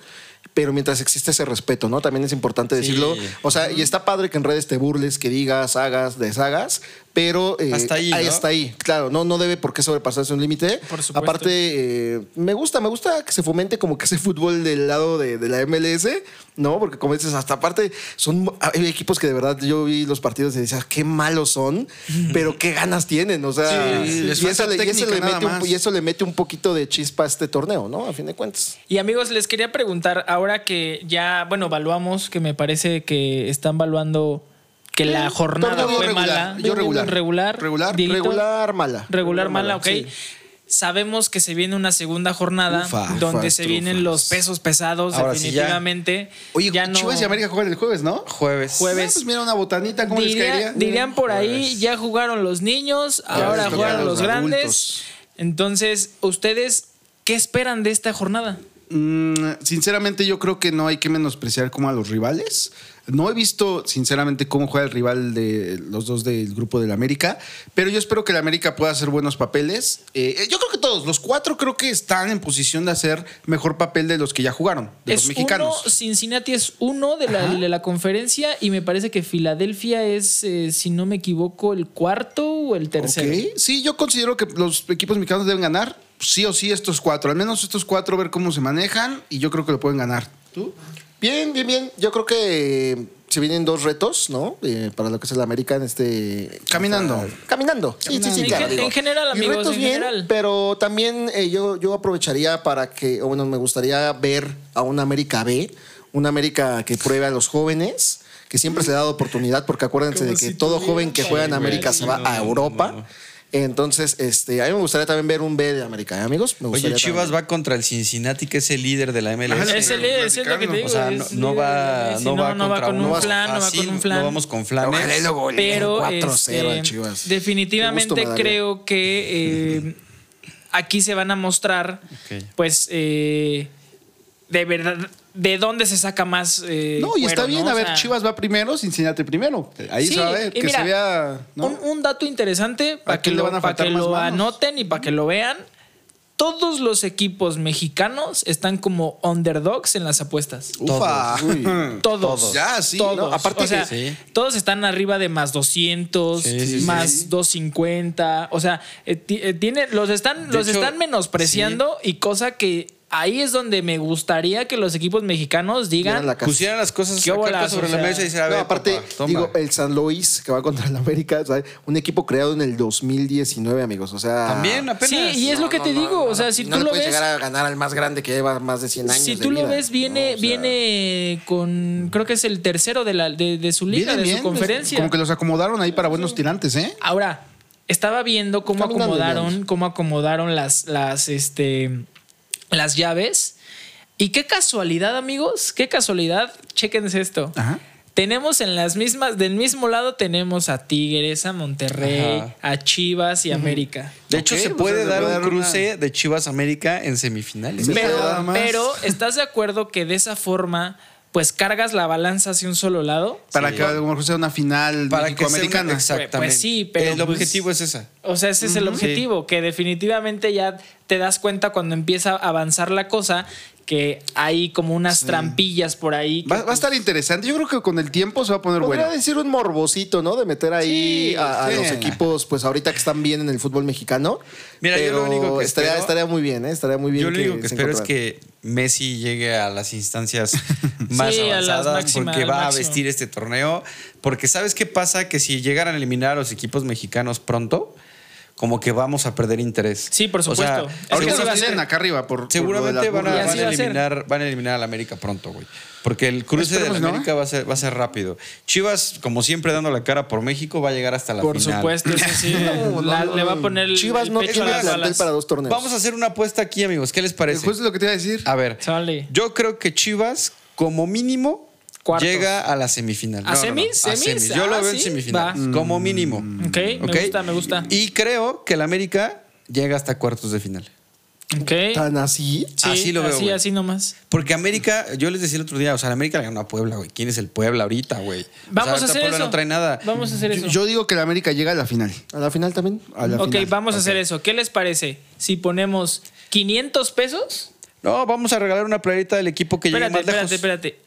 Speaker 4: Pero mientras existe ese respeto, ¿no? También es importante decirlo. O sea, y está padre que en redes te burles, que digas, hagas, deshagas, pero eh,
Speaker 2: Hasta ahí, ¿no?
Speaker 4: hasta ahí. Claro, no, no debe por qué sobrepasarse un límite.
Speaker 3: Por supuesto.
Speaker 4: Aparte, eh, me gusta, me gusta que se fomente como que ese fútbol del lado de, de la MLS, ¿no? Porque como dices, hasta aparte son hay equipos que de verdad yo vi los partidos y decía, qué malos son, pero qué ganas tienen, o sea,
Speaker 1: Sí, les
Speaker 4: y,
Speaker 1: falta
Speaker 4: eso le, y eso
Speaker 1: técnica
Speaker 4: le
Speaker 1: nada
Speaker 4: mete un,
Speaker 1: más.
Speaker 4: y eso le mete un poquito de chispa a este torneo, ¿no? A fin de cuentas.
Speaker 3: Y amigos, les quería preguntar, ahora que ya, bueno, evaluamos, que me parece que están valuando que la jornada
Speaker 1: torneo
Speaker 3: fue
Speaker 1: Eh, regular,
Speaker 3: mala.
Speaker 1: yo regular.
Speaker 3: Regular.
Speaker 1: Regular,
Speaker 3: Dieguito.
Speaker 4: Regular, mala.
Speaker 3: Regular, mala, ok.
Speaker 4: sí.
Speaker 3: Sabemos que se viene una segunda jornada
Speaker 2: Ufa,
Speaker 3: donde
Speaker 4: ufa,
Speaker 3: se
Speaker 4: ufa.
Speaker 3: vienen los pesos pesados,
Speaker 2: Ahora sí ya.
Speaker 3: definitivamente.
Speaker 1: Oye,
Speaker 3: ya no-
Speaker 1: Chivas y América juegan el jueves, ¿no?
Speaker 2: Jueves.
Speaker 3: Jueves.
Speaker 1: Ah, pues mira una botanita, ¿cómo les
Speaker 3: Diría-
Speaker 1: caería?
Speaker 3: Dirían por
Speaker 2: Pues,
Speaker 3: ahí, ya jugaron los niños, ahora
Speaker 1: jugaron
Speaker 3: juegan los,
Speaker 1: los
Speaker 3: grandes.
Speaker 1: adultos.
Speaker 3: Entonces, ¿ustedes qué esperan de esta jornada?
Speaker 1: Mm, sinceramente, yo creo que no hay que menospreciar como a los rivales. No he visto, sinceramente, cómo juega el rival de los dos del grupo del América, pero yo espero que el América pueda hacer buenos papeles. Eh, eh, yo creo que todos, los cuatro, creo que están en posición de hacer mejor papel de los que ya jugaron, de
Speaker 3: es
Speaker 1: los mexicanos.
Speaker 3: uno, Cincinnati es uno de la, de la conferencia y me parece que Filadelfia es, eh, si no me equivoco, el cuarto o el tercero.
Speaker 1: Ok. Sí, yo considero que los equipos mexicanos deben ganar, sí o sí, estos cuatro. Al menos estos cuatro, ver cómo se manejan y yo creo que lo pueden ganar. ¿Tú?
Speaker 4: Bien, bien, bien. Yo creo que eh, se vienen dos retos, ¿no? Eh, para lo que es el América en este.
Speaker 1: Caminando.
Speaker 4: Caminando. Sí, sí, sí,
Speaker 3: En
Speaker 4: claro.
Speaker 3: gen- en general,
Speaker 4: Y
Speaker 3: amigos,
Speaker 4: retos
Speaker 3: en
Speaker 4: bien,
Speaker 3: general.
Speaker 4: Pero también eh, yo, yo aprovecharía para que, o bueno, me gustaría ver a una América B, una América que pruebe a los jóvenes, que siempre se le da oportunidad, porque acuérdense de que todo joven que juega en América se va a Europa. Entonces, este, a mí me gustaría también ver un B de América, ¿eh, amigos. Me
Speaker 2: Oye,
Speaker 4: gustaría
Speaker 2: Chivas
Speaker 4: también.
Speaker 2: va contra el Cincinnati, que es el líder de la MLS.
Speaker 3: Es el, es el lo que te digo.
Speaker 2: o sea, no,
Speaker 3: es
Speaker 2: no
Speaker 3: líder de
Speaker 2: va, no, va
Speaker 3: la MLS. Pues, eh, no va
Speaker 2: contra
Speaker 3: con
Speaker 2: uno
Speaker 3: un plan, no va
Speaker 2: fácil,
Speaker 3: con un plan.
Speaker 2: Ah, No vamos con flanes.
Speaker 4: Ojalá y lo goleen
Speaker 3: pero
Speaker 4: 4-0
Speaker 3: este,
Speaker 4: a Chivas. Qué
Speaker 3: definitivamente
Speaker 4: gusto me daría.
Speaker 3: creo que eh, aquí se van a mostrar
Speaker 2: Ok.
Speaker 3: pues eh, de verdad de dónde se saca más eh,
Speaker 1: No, y está
Speaker 3: cuero,
Speaker 1: bien,
Speaker 3: ¿no?
Speaker 1: a
Speaker 3: O
Speaker 1: ver,
Speaker 3: sea,
Speaker 1: Chivas va primero, Cincinnati primero. Ahí
Speaker 3: sí,
Speaker 1: se va a ver,
Speaker 3: y
Speaker 1: que
Speaker 3: mira,
Speaker 1: se vea. ¿no?
Speaker 3: un, un dato interesante para que
Speaker 1: quién le
Speaker 3: lo,
Speaker 1: van a
Speaker 3: para
Speaker 1: faltar
Speaker 3: que
Speaker 1: más
Speaker 3: lo
Speaker 1: manos?
Speaker 3: anoten y para que lo vean todos los equipos mexicanos están como underdogs en las apuestas
Speaker 1: Uh, Ufa.
Speaker 3: Todos.
Speaker 1: Ya, sí,
Speaker 3: Todos.
Speaker 1: ¿no? Aparte-
Speaker 3: O sea,
Speaker 2: Sí.
Speaker 3: todos están arriba de más 200,
Speaker 2: Sí, sí, sí.
Speaker 3: más 250. O sea, eh, ti- eh, tiene, los, están,
Speaker 2: De
Speaker 3: los
Speaker 2: hecho,
Speaker 3: están menospreciando y cosa que ahí es donde me gustaría que los equipos mexicanos digan.
Speaker 4: Dieran la cara.
Speaker 2: Pusieran las cosas
Speaker 3: eh, Qué
Speaker 2: acá
Speaker 3: bolas,
Speaker 2: sobre
Speaker 3: o
Speaker 2: la
Speaker 3: sea.
Speaker 2: mesa y decir, a
Speaker 4: No,
Speaker 2: ver,
Speaker 4: aparte,
Speaker 2: papá, toma.
Speaker 4: digo,
Speaker 1: eh,
Speaker 4: el San Luis que va contra el América, o sea, un equipo creado en el 2019, amigos. O sea,
Speaker 2: También apenas.
Speaker 3: Sí, y es lo que te digo. o sea, si
Speaker 4: no
Speaker 3: tú
Speaker 4: le
Speaker 3: lo
Speaker 4: puedes
Speaker 3: ves.
Speaker 4: llegar a ganar al más grande que lleva más de 100 años.
Speaker 3: Si
Speaker 4: de
Speaker 3: tú lo
Speaker 4: vida,
Speaker 3: ves,
Speaker 4: ¿no?
Speaker 3: viene,
Speaker 4: O sea,
Speaker 3: viene con. Creo que es el tercero de, la, de, de su liga, de
Speaker 1: Vienen
Speaker 3: su
Speaker 4: pues,
Speaker 1: bien, pues,
Speaker 3: conferencia.
Speaker 1: Como que los acomodaron ahí para buenos tirantes, ¿eh?
Speaker 3: Ahora, estaba viendo cómo
Speaker 4: Caminando,
Speaker 3: acomodaron,
Speaker 4: digamos.
Speaker 3: cómo acomodaron las, las, este, las llaves. Y qué casualidad, amigos, qué casualidad. Chéquense esto.
Speaker 1: Ajá.
Speaker 3: Tenemos en las mismas, del mismo lado tenemos a Tigres, a Monterrey,
Speaker 2: Ajá.
Speaker 3: a Chivas y América.
Speaker 2: De hecho,
Speaker 1: Ok,
Speaker 2: se
Speaker 1: pues,
Speaker 2: puede
Speaker 1: se le
Speaker 2: dar
Speaker 1: puede
Speaker 2: un
Speaker 1: dar una-
Speaker 2: cruce de Chivas América en semifinales.
Speaker 1: Mira, nada
Speaker 3: Pero,
Speaker 1: más.
Speaker 3: pero, ¿estás de acuerdo que de esa forma, pues cargas la balanza hacia un solo lado?
Speaker 1: Para que a lo mejor sea una final
Speaker 2: Para que sea una-
Speaker 1: México-americana.
Speaker 2: Exactamente.
Speaker 3: Pues sí, pero
Speaker 2: El
Speaker 3: pues-
Speaker 2: objetivo es esa.
Speaker 3: O sea, ese es el objetivo, que definitivamente ya te das cuenta cuando empieza a avanzar la cosa que hay como unas trampillas por ahí. que
Speaker 1: va, va a estar interesante. Yo creo que con el tiempo se va a poner
Speaker 4: Podría
Speaker 1: bueno.
Speaker 4: decir un morbosito, ¿no? De meter ahí
Speaker 1: Sí,
Speaker 4: a, a
Speaker 1: sí.
Speaker 4: los equipos, pues ahorita que están bien en el fútbol mexicano.
Speaker 2: Mira, yo lo
Speaker 4: Pero
Speaker 2: único que
Speaker 4: estaría,
Speaker 2: espero-
Speaker 4: estaría muy bien, ¿eh? Estaría muy bien.
Speaker 2: Yo lo único que
Speaker 4: se
Speaker 2: espero es
Speaker 4: encontraran.
Speaker 2: que Messi llegue a las instancias más
Speaker 3: Sí, a las
Speaker 2: avanzadas
Speaker 3: máximas,
Speaker 2: porque
Speaker 3: al
Speaker 2: va a
Speaker 3: máximo.
Speaker 2: vestir este torneo. Porque ¿sabes qué pasa? Que si llegaran a eliminar a los equipos mexicanos pronto, como que vamos a perder interés.
Speaker 3: Sí, por
Speaker 2: O sea,
Speaker 3: supuesto. Es que
Speaker 1: Ahorita
Speaker 3: sí
Speaker 1: los
Speaker 3: va a ser.
Speaker 1: tienen acá arriba. por- por lo
Speaker 2: Seguramente
Speaker 1: de las
Speaker 2: van a,
Speaker 1: burlas.
Speaker 3: burla.
Speaker 2: van
Speaker 3: Y así
Speaker 2: a
Speaker 3: va a ser.
Speaker 2: eliminar, van a eliminar al América pronto, güey. Porque el cruce de
Speaker 1: Esperemos, ¿no?
Speaker 2: América va, a ser, va a ser rápido. Chivas, como siempre, dando la cara por México, va a llegar hasta la
Speaker 3: por
Speaker 2: final.
Speaker 3: supuesto, eso sí,
Speaker 4: No, no,
Speaker 3: la-
Speaker 4: no,
Speaker 3: le va a
Speaker 4: no.
Speaker 3: poner el,
Speaker 4: Chivas
Speaker 3: el
Speaker 4: no
Speaker 3: pecho
Speaker 4: tiene
Speaker 3: a las
Speaker 4: plantel
Speaker 3: balas.
Speaker 4: para dos torneos.
Speaker 2: Vamos a hacer una apuesta aquí, amigos. ¿Qué les parece?
Speaker 1: Justo lo que te iba a decir.
Speaker 2: A ver,
Speaker 3: Sale.
Speaker 2: yo creo que Chivas, como mínimo,
Speaker 3: Cuartos.
Speaker 2: llega a la semifinal.
Speaker 3: ¿A semis?
Speaker 2: a
Speaker 3: ¿Semis?
Speaker 2: Yo
Speaker 3: Ah,
Speaker 2: lo veo en
Speaker 3: sí,
Speaker 2: semifinal,
Speaker 3: va.
Speaker 2: como mínimo.
Speaker 3: Ok, me gusta, me gusta.
Speaker 2: Y creo que el América llega hasta cuartos de final.
Speaker 3: Ok.
Speaker 4: ¿Tan así?
Speaker 3: Sí,
Speaker 2: así lo veo,
Speaker 3: Así,
Speaker 2: güey.
Speaker 3: así nomás.
Speaker 2: Porque América, yo les decía el otro día, o sea, el América le ganó a Puebla, güey. ¿Quién es el Puebla ahorita, güey? O sea,
Speaker 3: Vamos a
Speaker 2: ahorita
Speaker 3: hacer
Speaker 2: Puebla
Speaker 3: eso.
Speaker 2: no trae nada.
Speaker 3: Vamos a hacer
Speaker 1: Yo,
Speaker 3: eso.
Speaker 1: yo digo que el América llega a la final.
Speaker 4: ¿A la final también?
Speaker 1: A la
Speaker 3: ok,
Speaker 1: final.
Speaker 3: vamos a hacer eso. ¿Qué les parece? Si ponemos 500 pesos.
Speaker 2: No, vamos a regalar una playerita del equipo que llegue
Speaker 3: Espérate,
Speaker 2: más lejos.
Speaker 3: espérate, espérate.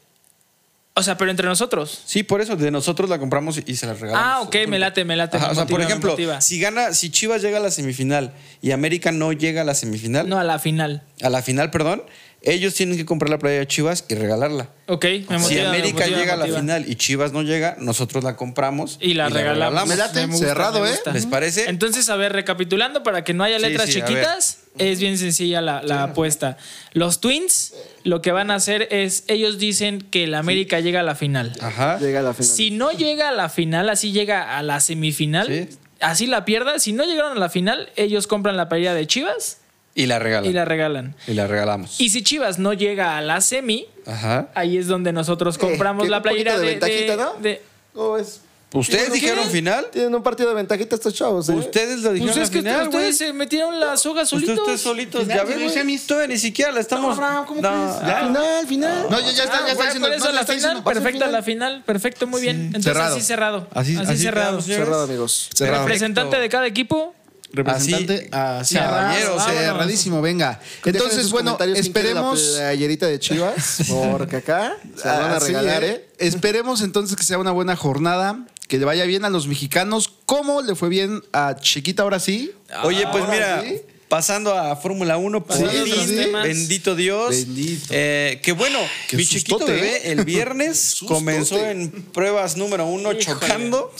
Speaker 3: O sea, pero entre nosotros.
Speaker 2: Sí, por eso, de nosotros la compramos y se la regalamos.
Speaker 3: Ah, ok, me late, me late,
Speaker 2: Ajá,
Speaker 3: me
Speaker 2: o sea, por
Speaker 3: motiva, me
Speaker 2: ejemplo,
Speaker 3: motiva.
Speaker 2: si gana, si Chivas llega a la semifinal y América no llega a la semifinal,
Speaker 3: No, a la final.
Speaker 2: a la final, perdón, ellos tienen que comprar la playa de Chivas y regalarla.
Speaker 3: Ok, me motiva.
Speaker 2: si
Speaker 3: me
Speaker 2: América
Speaker 3: motiva, me
Speaker 2: llega a la
Speaker 3: motiva.
Speaker 2: final y Chivas no llega, nosotros la compramos
Speaker 3: Y la regalamos.
Speaker 1: Me late,
Speaker 3: gusta,
Speaker 1: cerrado,
Speaker 3: me
Speaker 1: ¿eh?
Speaker 3: gusta.
Speaker 2: ¿Les parece?
Speaker 3: Entonces, a ver, recapitulando para que no haya
Speaker 2: Sí,
Speaker 3: letras
Speaker 2: sí, a ver.
Speaker 3: chiquitas. Es bien sencilla la, la apuesta. Los Twins lo que van a hacer es, ellos dicen que el América llega a la final.
Speaker 2: Ajá.
Speaker 4: Llega a la final.
Speaker 3: Si no llega a la final, así llega a la semifinal,
Speaker 2: Sí.
Speaker 3: así la pierda. Si no llegaron a la final, ellos compran la pelea de Chivas
Speaker 2: Y la regalan.
Speaker 3: y la regalan.
Speaker 2: Y la regalamos.
Speaker 3: Y si Chivas no llega a la semi,
Speaker 2: Ajá.
Speaker 3: ahí es donde nosotros
Speaker 4: Eh,
Speaker 3: compramos
Speaker 4: tiene
Speaker 3: la
Speaker 4: un poquito
Speaker 3: playera
Speaker 4: de
Speaker 3: de,
Speaker 4: ventajita,
Speaker 3: de-
Speaker 4: ¿no?
Speaker 3: de-
Speaker 4: No, es-
Speaker 2: ¿Ustedes
Speaker 3: ¿Por qué?
Speaker 2: dijeron final?
Speaker 4: Tienen un partido de ventajita estos chavos. ¿eh?
Speaker 2: ¿Ustedes lo dijeron
Speaker 3: Pues es que
Speaker 2: final,
Speaker 3: ustedes
Speaker 2: güey?
Speaker 3: se metieron la soga solitos.
Speaker 2: Pues Ustedes ustedes solitos, ya ven, güey. Todavía ni siquiera la estamos.
Speaker 4: Abraham, ¿cómo crees?
Speaker 2: ya.
Speaker 4: Ah, Final, final.
Speaker 1: No, ya,
Speaker 3: Ah,
Speaker 1: ya está, ya está
Speaker 3: güey,
Speaker 1: diciendo.
Speaker 3: por eso
Speaker 1: no, ya
Speaker 3: la
Speaker 1: está
Speaker 3: final,
Speaker 1: diciendo, pasa
Speaker 3: perfecta
Speaker 1: final.
Speaker 3: la final, perfecto, muy bien. Entonces
Speaker 1: Cerrado.
Speaker 3: así cerrado.
Speaker 2: Así,
Speaker 3: Así,
Speaker 2: así
Speaker 3: cerrado.
Speaker 2: quedamos, señores.
Speaker 4: Cerrado, amigos.
Speaker 1: Cerrado.
Speaker 3: Representante de cada equipo.
Speaker 1: Representante a
Speaker 2: Así,
Speaker 1: Caballero,
Speaker 3: Ah,
Speaker 2: caballeros,
Speaker 1: cerradísimo, venga.
Speaker 4: Dejen
Speaker 1: Entonces,
Speaker 4: sus
Speaker 1: bueno,
Speaker 4: comentarios en que de
Speaker 1: esperemos.
Speaker 4: La playerita de Chivas, porque acá se la van a
Speaker 1: Así,
Speaker 4: regalar, ¿eh?
Speaker 1: Esperemos entonces que sea una buena jornada, que le vaya bien a los mexicanos, como le fue bien a Chiquita ahora sí.
Speaker 2: Oye, pues
Speaker 1: Ahora
Speaker 2: mira,
Speaker 1: sí.
Speaker 2: pasando a Fórmula 1, por
Speaker 3: Sí,
Speaker 2: fin,
Speaker 3: sí, sí.
Speaker 2: bendito Dios.
Speaker 1: Bendito.
Speaker 2: Eh, que bueno,
Speaker 1: Qué
Speaker 2: mi
Speaker 1: sustote,
Speaker 2: chiquito bebé
Speaker 1: ¿eh?
Speaker 2: el viernes comenzó en pruebas número uno chocando.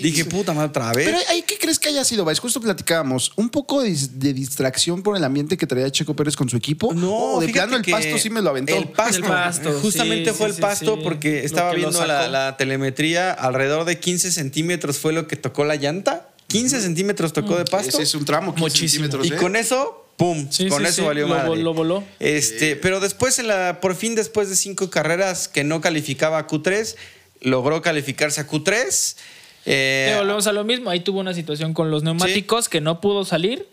Speaker 2: Dije, puta madre, otra vez.
Speaker 1: Pero ahí, ¿qué crees que haya sido, Vais? Justo platicábamos, un poco de, de distracción por el ambiente que traía Checo Pérez con su equipo.
Speaker 2: No,
Speaker 1: O oh, de
Speaker 2: fíjate
Speaker 1: plano el
Speaker 2: que
Speaker 1: pasto sí me lo aventó.
Speaker 2: El pasto.
Speaker 3: El pasto,
Speaker 2: Justamente
Speaker 3: sí,
Speaker 2: fue
Speaker 3: sí,
Speaker 2: el
Speaker 3: sí,
Speaker 2: pasto
Speaker 3: sí.
Speaker 2: porque
Speaker 3: Lo
Speaker 2: estaba
Speaker 3: que lo
Speaker 2: viendo la,
Speaker 3: sacó.
Speaker 2: la telemetría. Alrededor de 15 centímetros fue lo que tocó la llanta. 15 centímetros tocó
Speaker 3: Mm,
Speaker 2: de pasto.
Speaker 1: Ese es un tramo, 15
Speaker 3: Muchísimo.
Speaker 1: centímetros,
Speaker 2: Y
Speaker 1: ¿eh?
Speaker 2: con eso, pum,
Speaker 3: Sí,
Speaker 2: con
Speaker 3: sí,
Speaker 2: eso
Speaker 3: sí,
Speaker 2: valió
Speaker 3: lo
Speaker 2: madre.
Speaker 3: vol- lo voló.
Speaker 2: Este, pero después en la por fin después de cinco carreras que no calificaba a Q3, logró calificarse a Q3. Eh,
Speaker 3: Eh, volvemos a lo mismo. Ahí tuvo una situación con los neumáticos que no pudo salir,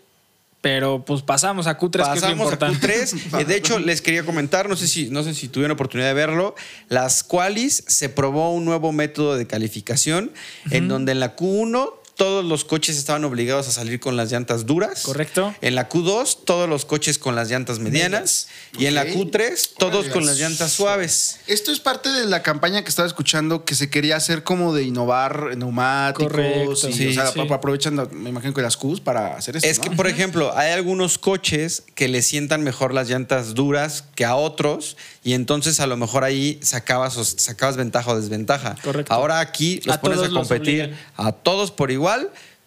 Speaker 3: pero pues pasamos a Q3, que es lo
Speaker 2: Pasamos a
Speaker 3: importante.
Speaker 2: Q3. Eh, de hecho, les quería comentar, no sé si, no sé si tuvieron oportunidad de verlo, las qualis se probó un nuevo método de calificación en donde en la Q1 todos los coches estaban obligados a salir con las llantas duras.
Speaker 3: Correcto.
Speaker 2: En la Q2 todos los coches con las llantas medianas y en la
Speaker 1: Ok.
Speaker 2: Q3 todos
Speaker 1: Órale.
Speaker 2: con las llantas suaves.
Speaker 1: Esto es parte de la campaña que estaba escuchando que se quería hacer como de innovar neumáticos
Speaker 3: Correcto.
Speaker 1: y
Speaker 3: Sí,
Speaker 1: o sea,
Speaker 3: sí.
Speaker 1: apro- aprovechan, la- me imagino que las Qs para hacer esto.
Speaker 2: Es que,
Speaker 1: ¿no?
Speaker 2: por ejemplo, hay algunos coches que le sientan mejor las llantas duras que a otros y entonces a lo mejor ahí sacabas, o- sacabas ventaja o desventaja.
Speaker 3: Correcto.
Speaker 2: Ahora aquí los
Speaker 3: A
Speaker 2: pones a
Speaker 3: todos los
Speaker 2: competir
Speaker 3: obligan.
Speaker 2: a todos por igual.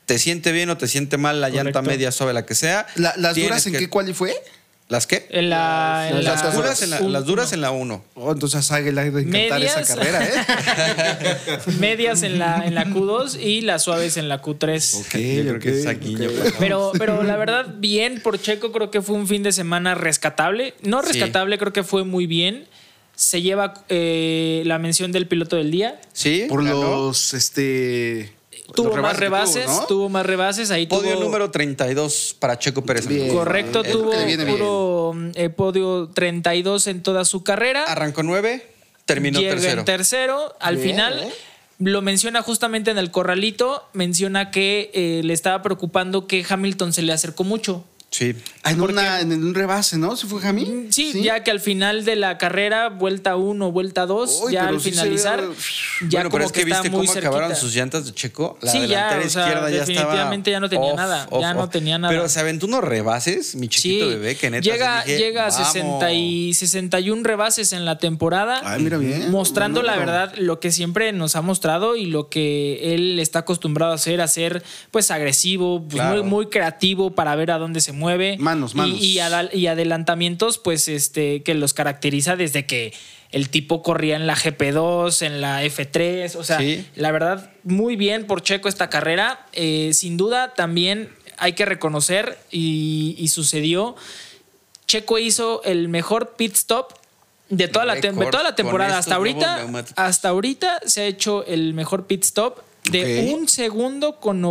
Speaker 2: Te siente bien o te siente mal la llanta
Speaker 3: Correcto.
Speaker 2: media suave, la que sea.
Speaker 1: La- ¿Las
Speaker 2: Tienes
Speaker 1: duras en
Speaker 2: que-
Speaker 1: qué quali fue?
Speaker 2: ¿Las qué?
Speaker 3: En la, en
Speaker 2: Las,
Speaker 3: la-
Speaker 2: duras en la, las duras en la 1.
Speaker 1: Oh, entonces a Águila hay de encantar
Speaker 3: Medias.
Speaker 1: esa carrera, ¿eh?
Speaker 3: medias en la, en la Q2 y las suaves en la Q3.
Speaker 2: Yo creo que es aquí, yo creo.
Speaker 3: Pero, pero la verdad, bien por Checo, creo que fue un fin de semana rescatable. No
Speaker 2: Sí.
Speaker 3: rescatable, creo que fue muy bien. Se lleva eh, la mención del piloto del día.
Speaker 2: Sí,
Speaker 1: Por
Speaker 2: ganó.
Speaker 1: los, este...
Speaker 3: Tuvo
Speaker 1: los
Speaker 3: más
Speaker 1: que
Speaker 3: rebases, tuvo,
Speaker 1: ¿no?
Speaker 3: más rebases. Ahí
Speaker 2: Podio
Speaker 3: tuvo,
Speaker 2: número 32 para Checo Pérez.
Speaker 4: Bien.
Speaker 2: amigos.
Speaker 3: Correcto,
Speaker 1: Eh,
Speaker 3: tuvo
Speaker 1: creo que le viene bien.
Speaker 3: puro eh, podio 32 en toda su carrera.
Speaker 2: Arrancó 9, Ah, terminó
Speaker 3: Llega
Speaker 2: tercero.
Speaker 3: en tercero. Al
Speaker 4: Bien,
Speaker 3: final
Speaker 4: ¿eh?
Speaker 3: lo menciona justamente en el corralito. Menciona que eh, le estaba preocupando que Hamilton se le acercó mucho.
Speaker 2: sí.
Speaker 1: Ah, en, una- en un rebase, ¿no? ¿Se fue Jamil?
Speaker 3: Mm, Sí, ya que al final de la carrera, vuelta uno, vuelta dos,
Speaker 1: Uy,
Speaker 3: ya
Speaker 1: pero
Speaker 3: al
Speaker 1: sí se
Speaker 3: finalizar,
Speaker 1: ve-
Speaker 3: ya
Speaker 2: bueno,
Speaker 3: como
Speaker 2: pero es que,
Speaker 3: está
Speaker 2: viste
Speaker 3: muy
Speaker 2: cómo acabaron
Speaker 3: cerquita.
Speaker 2: sus llantas de Checo. La
Speaker 3: Sí, ya,
Speaker 2: delantera
Speaker 3: o sea,
Speaker 2: izquierda ya estaba.
Speaker 3: definitivamente ya no tenía nada, ya no tenía nada.
Speaker 2: Pero se aventó unos rebases, mi chiquito bebé, que neta.
Speaker 3: llega,
Speaker 2: sí dije,
Speaker 3: llega a
Speaker 2: "Vamos".
Speaker 3: 60 y 61 rebases en la temporada.
Speaker 1: Ay, mira bien.
Speaker 3: Mostrando
Speaker 1: Buen
Speaker 3: la
Speaker 1: número.
Speaker 3: verdad lo que siempre nos ha mostrado y lo que él está acostumbrado a hacer, a ser pues agresivo, pues,
Speaker 2: Claro.
Speaker 3: muy, muy creativo para ver a dónde se mueve.
Speaker 1: Manos,
Speaker 3: Y-
Speaker 1: manos.
Speaker 3: Y, adal- y adelantamientos pues este que los caracteriza desde que el tipo corría en la GP2, en la F3, o sea,
Speaker 2: Sí.
Speaker 3: la verdad, muy bien por Checo esta carrera. Eh, sin duda, también hay que reconocer, y, y sucedió, Checo hizo el mejor pit stop de toda, la, tem- de
Speaker 2: Récord
Speaker 3: toda la
Speaker 2: con
Speaker 3: temporada.
Speaker 2: estos
Speaker 3: Hasta ahorita,
Speaker 2: nuevos neumáticos.
Speaker 3: hasta ahorita se ha hecho el mejor pit stop de
Speaker 1: Ok.
Speaker 3: un segundo con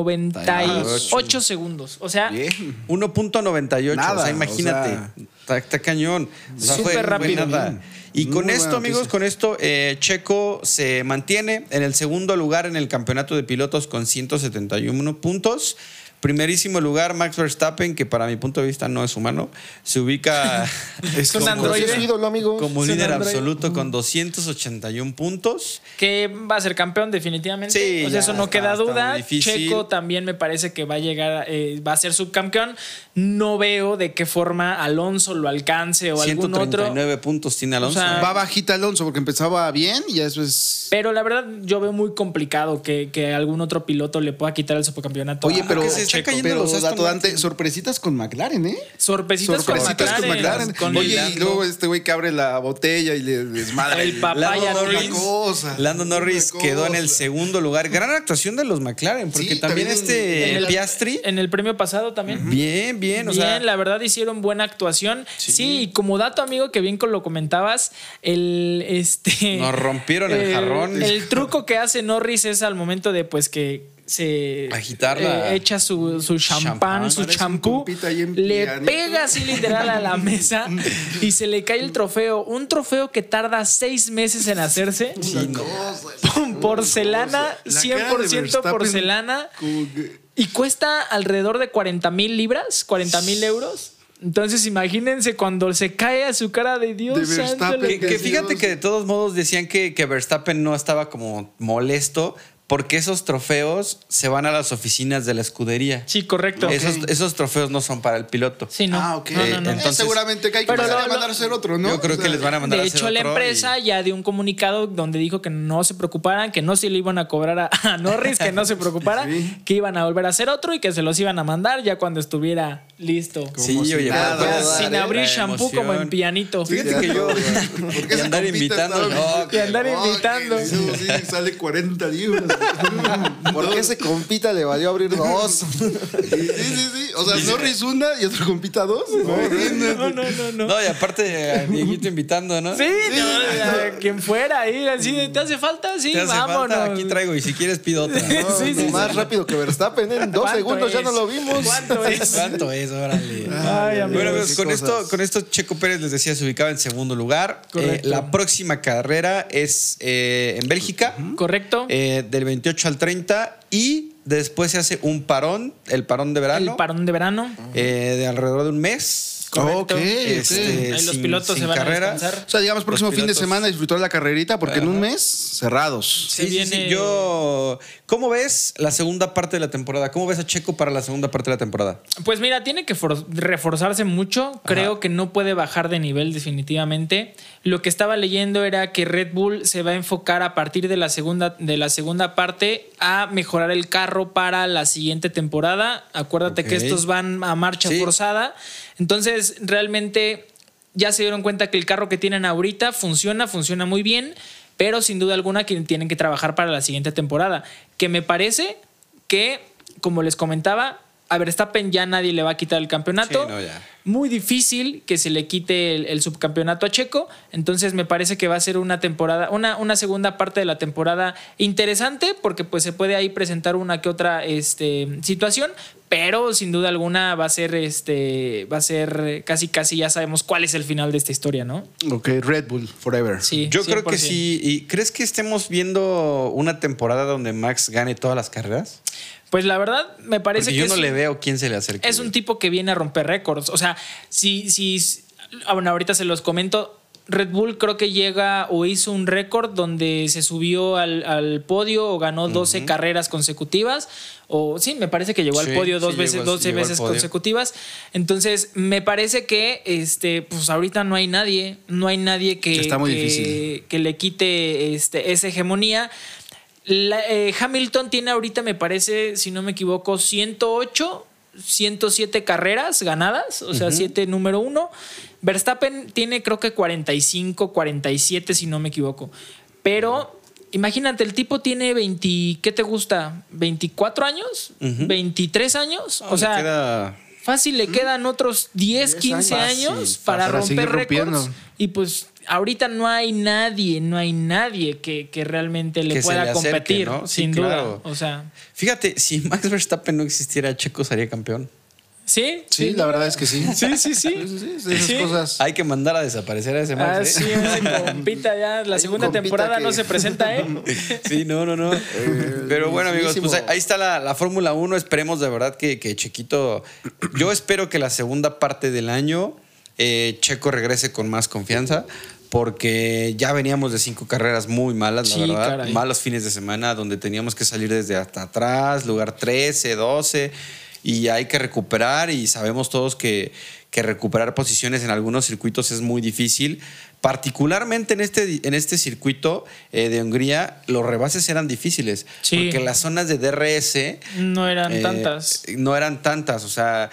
Speaker 3: 98 segundos. O sea,
Speaker 1: Bien.
Speaker 2: 1.98. o
Speaker 1: Nada,
Speaker 2: sea,
Speaker 1: o
Speaker 2: imagínate.
Speaker 1: sea-
Speaker 2: está, está cañón. O sea,
Speaker 3: Súper
Speaker 2: fue- fue
Speaker 3: rápido.
Speaker 2: nada. Y
Speaker 1: Muy
Speaker 2: con
Speaker 1: buena
Speaker 2: esto, amigos,
Speaker 1: noticia.
Speaker 2: con esto, eh, Checo se mantiene en el segundo lugar en el campeonato de pilotos con 171 puntos. Primerísimo lugar, Max Verstappen, que para mi punto de vista no es humano, se ubica
Speaker 1: Es
Speaker 3: un
Speaker 4: Pero
Speaker 1: como-
Speaker 4: sí
Speaker 3: androide.
Speaker 4: es su ídolo, amigos.
Speaker 2: como
Speaker 4: Es un
Speaker 2: líder
Speaker 4: androide.
Speaker 2: absoluto con 281 puntos.
Speaker 3: que va a ser campeón definitivamente.
Speaker 2: Sí,
Speaker 3: O sea,
Speaker 2: ya
Speaker 3: eso no
Speaker 2: está,
Speaker 3: queda
Speaker 2: está muy
Speaker 3: duda.
Speaker 2: difícil.
Speaker 3: Checo también me parece que va a llegar, eh, va a ser subcampeón. No veo de qué forma Alonso lo alcance o algún otro.
Speaker 2: 139 puntos tiene Alonso.
Speaker 3: O sea,
Speaker 1: Va bajita Alonso porque empezaba bien y ya eso es...
Speaker 3: Pero la verdad, yo veo muy complicado que, que algún otro piloto le pueda quitar el subcampeonato.
Speaker 1: Oye,
Speaker 3: a-
Speaker 1: pero
Speaker 3: a
Speaker 2: se están cayendo
Speaker 1: Pero,
Speaker 2: los Aston
Speaker 1: dato Dante,
Speaker 2: Martin.
Speaker 1: sorpresitas con McLaren, ¿eh?
Speaker 3: Sorpresitas,
Speaker 1: Sorpresitas con McLaren.
Speaker 3: con
Speaker 1: Oye, y
Speaker 3: Lando.
Speaker 1: luego este güey que abre la botella y le desmadra.
Speaker 3: El
Speaker 1: y-
Speaker 3: papá
Speaker 1: Lando
Speaker 3: ya
Speaker 1: Norris.
Speaker 3: Norris.
Speaker 1: Una cosa.
Speaker 2: Lando Norris
Speaker 1: Una
Speaker 2: quedó en el
Speaker 1: cosa.
Speaker 2: segundo lugar. Gran actuación de los McLaren, porque
Speaker 1: Sí,
Speaker 2: también,
Speaker 1: también en-
Speaker 2: este
Speaker 3: En el-
Speaker 2: Piastri.
Speaker 3: En el premio pasado también.
Speaker 2: bien, bien. O
Speaker 3: bien,
Speaker 2: sea,
Speaker 3: la verdad hicieron buena actuación. Sí, y como dato, amigo, que bien con lo comentabas, el este.
Speaker 2: Nos rompieron el jarrón.
Speaker 3: El truco que hace Norris es al momento de pues que se
Speaker 2: Agitarla.
Speaker 3: eh, echa su, su champán,
Speaker 2: Champán.
Speaker 3: su
Speaker 1: Parece un
Speaker 3: champú,
Speaker 1: compita ahí en
Speaker 3: le
Speaker 1: pianito.
Speaker 3: pega así literal a la mesa y se le cae el trofeo. Un trofeo que tarda seis meses en hacerse. porcelana,
Speaker 1: La cara de
Speaker 3: 100%
Speaker 1: Verstappen,
Speaker 3: porcelana.
Speaker 1: como que-
Speaker 3: Y cuesta alrededor de 40 mil libras, 40 mil euros. Entonces imagínense cuando se cae a su cara de Dios.
Speaker 1: De
Speaker 3: santo,
Speaker 1: Verstappen,
Speaker 3: le-
Speaker 2: que, que fíjate
Speaker 1: Dios.
Speaker 2: que de todos modos decían que, que Verstappen no estaba como molesto porque esos trofeos se van a las oficinas de la escudería.
Speaker 3: Sí, correcto.
Speaker 2: Esos, esos trofeos no son para el piloto.
Speaker 3: Sí, no.
Speaker 1: Ah, ok.
Speaker 3: No, no, no.
Speaker 1: Eh,
Speaker 2: Entonces-
Speaker 1: seguramente que hay que
Speaker 3: Pero
Speaker 1: mandar
Speaker 3: lo-
Speaker 1: a
Speaker 3: lo-
Speaker 1: mandar a hacer otro, ¿no?
Speaker 2: Yo creo
Speaker 1: O
Speaker 2: que
Speaker 1: sea,
Speaker 2: les van a mandar a
Speaker 3: De
Speaker 2: hacer
Speaker 3: hecho, la
Speaker 2: otro
Speaker 3: empresa
Speaker 2: y-
Speaker 3: ya dio un comunicado donde dijo que no se preocuparan, que no se le iban a cobrar a, a Norris, que no se preocupara, que iban a volver a hacer otro y que se los iban a mandar ya cuando estuviera listo.
Speaker 2: Sí,
Speaker 1: si
Speaker 2: oye,
Speaker 1: nada,
Speaker 2: pero
Speaker 1: ¿verdad?
Speaker 2: acuérdate,
Speaker 3: pues, sin abrir
Speaker 2: la
Speaker 3: champú como en
Speaker 2: emoción.
Speaker 3: pianito.
Speaker 2: Fíjate que yo.
Speaker 1: Porque
Speaker 2: y
Speaker 1: esa
Speaker 2: andar
Speaker 1: compita
Speaker 2: invitando.
Speaker 1: estaba-
Speaker 2: no,
Speaker 3: Y andar
Speaker 1: No, que
Speaker 3: invitando.
Speaker 1: sí, sí, sale 40 libras.
Speaker 4: ¿Por qué ese compita le valió abrir dos?
Speaker 1: Sí, sí, sí. O sea, Norris una y otro compita dos.
Speaker 3: No, no, no, no.
Speaker 2: No, y aparte a Dieguito invitando, ¿no?
Speaker 3: Sí, no, a quien fuera ahí, así de, ¿te hace falta? Sí,
Speaker 2: Mm. Te hace
Speaker 3: vámonos.
Speaker 2: falta, aquí traigo y si quieres pido otra.
Speaker 3: sí, sí,
Speaker 4: más
Speaker 3: sí.
Speaker 4: rápido que Verstappen, en dos
Speaker 3: ¿Cuánto
Speaker 4: segundos ya
Speaker 3: es?
Speaker 4: no lo vimos.
Speaker 3: ¿Cuánto es?
Speaker 2: ¿Cuánto es? Órale.
Speaker 3: Ay, amigos.
Speaker 2: Bueno, amigos,
Speaker 4: qué
Speaker 2: con
Speaker 4: cosas.
Speaker 2: esto, con esto Checo Pérez les decía se ubicaba en segundo lugar. Eh,
Speaker 3: Correcto.
Speaker 2: la próxima carrera es eh, en Bélgica,
Speaker 3: Correcto.
Speaker 2: eh, del 28 al 30 y después se hace un parón, el parón de verano,
Speaker 3: El parón de verano.
Speaker 2: eh, de alrededor de un mes. Este,
Speaker 3: Correcto.
Speaker 1: Ok, ok.
Speaker 3: Ahí los
Speaker 2: sin-
Speaker 3: pilotos
Speaker 2: sin
Speaker 3: se van a
Speaker 2: carrera.
Speaker 3: descansar.
Speaker 1: O sea, digamos, próximo
Speaker 2: Los
Speaker 1: fin de
Speaker 2: pilotos.
Speaker 1: semana disfrutar la carrerita porque en un mes cerrados.
Speaker 2: Sí,
Speaker 3: Se
Speaker 2: sí, sí.
Speaker 3: viene-
Speaker 2: Yo, ¿cómo ves la segunda parte de la temporada? ¿Cómo ves a Checo para la segunda parte de la temporada?
Speaker 3: Pues mira, tiene que for- reforzarse mucho. Creo que no puede bajar de nivel definitivamente. Lo que estaba leyendo era que Red Bull se va a enfocar a partir de la segunda, de la segunda parte a mejorar el carro para la siguiente temporada. Acuérdate que
Speaker 2: Ok.
Speaker 3: estos van a marcha
Speaker 2: Sí.
Speaker 3: forzada. Entonces, realmente ya se dieron cuenta que el carro que tienen ahorita funciona, funciona muy bien, pero sin duda alguna que tienen que trabajar para la siguiente temporada. Que me parece que, como les comentaba, a Verstappen ya nadie le va a quitar el campeonato.
Speaker 2: Sí, no, ya.
Speaker 3: Muy difícil que se le quite el, el subcampeonato a Checo. Entonces me parece que va a ser una temporada, una, una segunda parte de la temporada interesante, porque pues se puede ahí presentar una que otra este, situación, pero sin duda alguna va a ser este. Va a ser eh, casi casi ya sabemos cuál es el final de esta historia, ¿no?
Speaker 1: Ok, Red Bull Forever.
Speaker 3: Sí.
Speaker 2: Yo creo que
Speaker 3: 100%.
Speaker 2: sí. ¿Y crees que estemos viendo una temporada donde Max gane todas las carreras?
Speaker 3: Pues la verdad, me parece
Speaker 2: Porque
Speaker 3: que.
Speaker 2: yo no
Speaker 3: es
Speaker 2: le
Speaker 3: un-
Speaker 2: veo quién se le acerca.
Speaker 3: es un tipo que viene a romper récords. O sea, si, si ah, bueno, ahorita se los comento. Red Bull creo que llega o hizo un récord donde se subió al, al podio o ganó 12 carreras consecutivas. O sí, me parece que llegó al
Speaker 2: Sí,
Speaker 3: podio dos
Speaker 2: sí,
Speaker 3: veces,
Speaker 2: llegó-
Speaker 3: 12
Speaker 2: llegó al
Speaker 3: veces
Speaker 2: podio.
Speaker 3: consecutivas. Entonces, me parece que este, pues ahorita no hay nadie. No hay nadie que,
Speaker 1: Está muy
Speaker 3: que-
Speaker 1: difícil.
Speaker 3: que le quite este, esa hegemonía. La- eh, Hamilton tiene ahorita, me parece, si no me equivoco, 108, 107 carreras ganadas, o sea, 7 número 1. Verstappen tiene creo que 45, 47, si no me equivoco. Pero imagínate, el tipo tiene 20, ¿qué te gusta? ¿24 años? ¿23 años?
Speaker 2: No,
Speaker 3: o
Speaker 2: le
Speaker 3: sea,
Speaker 2: queda-
Speaker 3: fácil le quedan otros 10, 15
Speaker 4: años.
Speaker 3: años
Speaker 4: Fácil,
Speaker 3: para
Speaker 1: para seguir
Speaker 3: romper récords.
Speaker 1: rompiendo.
Speaker 3: Y pues ahorita no hay nadie, no hay nadie que, que realmente le
Speaker 2: Que se
Speaker 3: pueda
Speaker 2: le acerque,
Speaker 3: competir,
Speaker 2: ¿no? Sí,
Speaker 3: sin
Speaker 2: claro.
Speaker 3: duda. O sea,
Speaker 2: Fíjate, si Max Verstappen no existiera, Checo sería campeón.
Speaker 3: sí,
Speaker 1: Sí, la verdad es que sí.
Speaker 3: Sí, sí, sí.
Speaker 4: Esas
Speaker 3: Sí.
Speaker 4: cosas.
Speaker 2: Hay que mandar a desaparecer a ese Max.
Speaker 3: Ah,
Speaker 2: ¿eh?
Speaker 3: sí, ese compita ya. La
Speaker 4: un
Speaker 3: segunda
Speaker 4: compita
Speaker 3: temporada no
Speaker 4: que-
Speaker 3: se presenta, ¿eh?
Speaker 2: Sí, no, no, no. Pero bueno, amigos, pues ahí,
Speaker 4: mismísimo.
Speaker 2: ahí está la, la Fórmula 1. Esperemos de verdad que, que Chequito. Yo espero que la segunda parte del año eh, Checo regrese con más confianza. Porque ya veníamos de cinco carreras muy malas, la
Speaker 3: Sí,
Speaker 2: verdad.
Speaker 3: caray.
Speaker 2: Malos fines de semana donde teníamos que salir desde hasta atrás, lugar 13, 12. Y hay que recuperar y sabemos todos que, que recuperar posiciones en algunos circuitos es muy difícil. particularmente en este, en este circuito eh, de Hungría, los rebases eran difíciles.
Speaker 3: Sí.
Speaker 2: Porque las zonas de DRS.
Speaker 3: No eran
Speaker 2: eh,
Speaker 3: tantas.
Speaker 2: No eran tantas, o sea,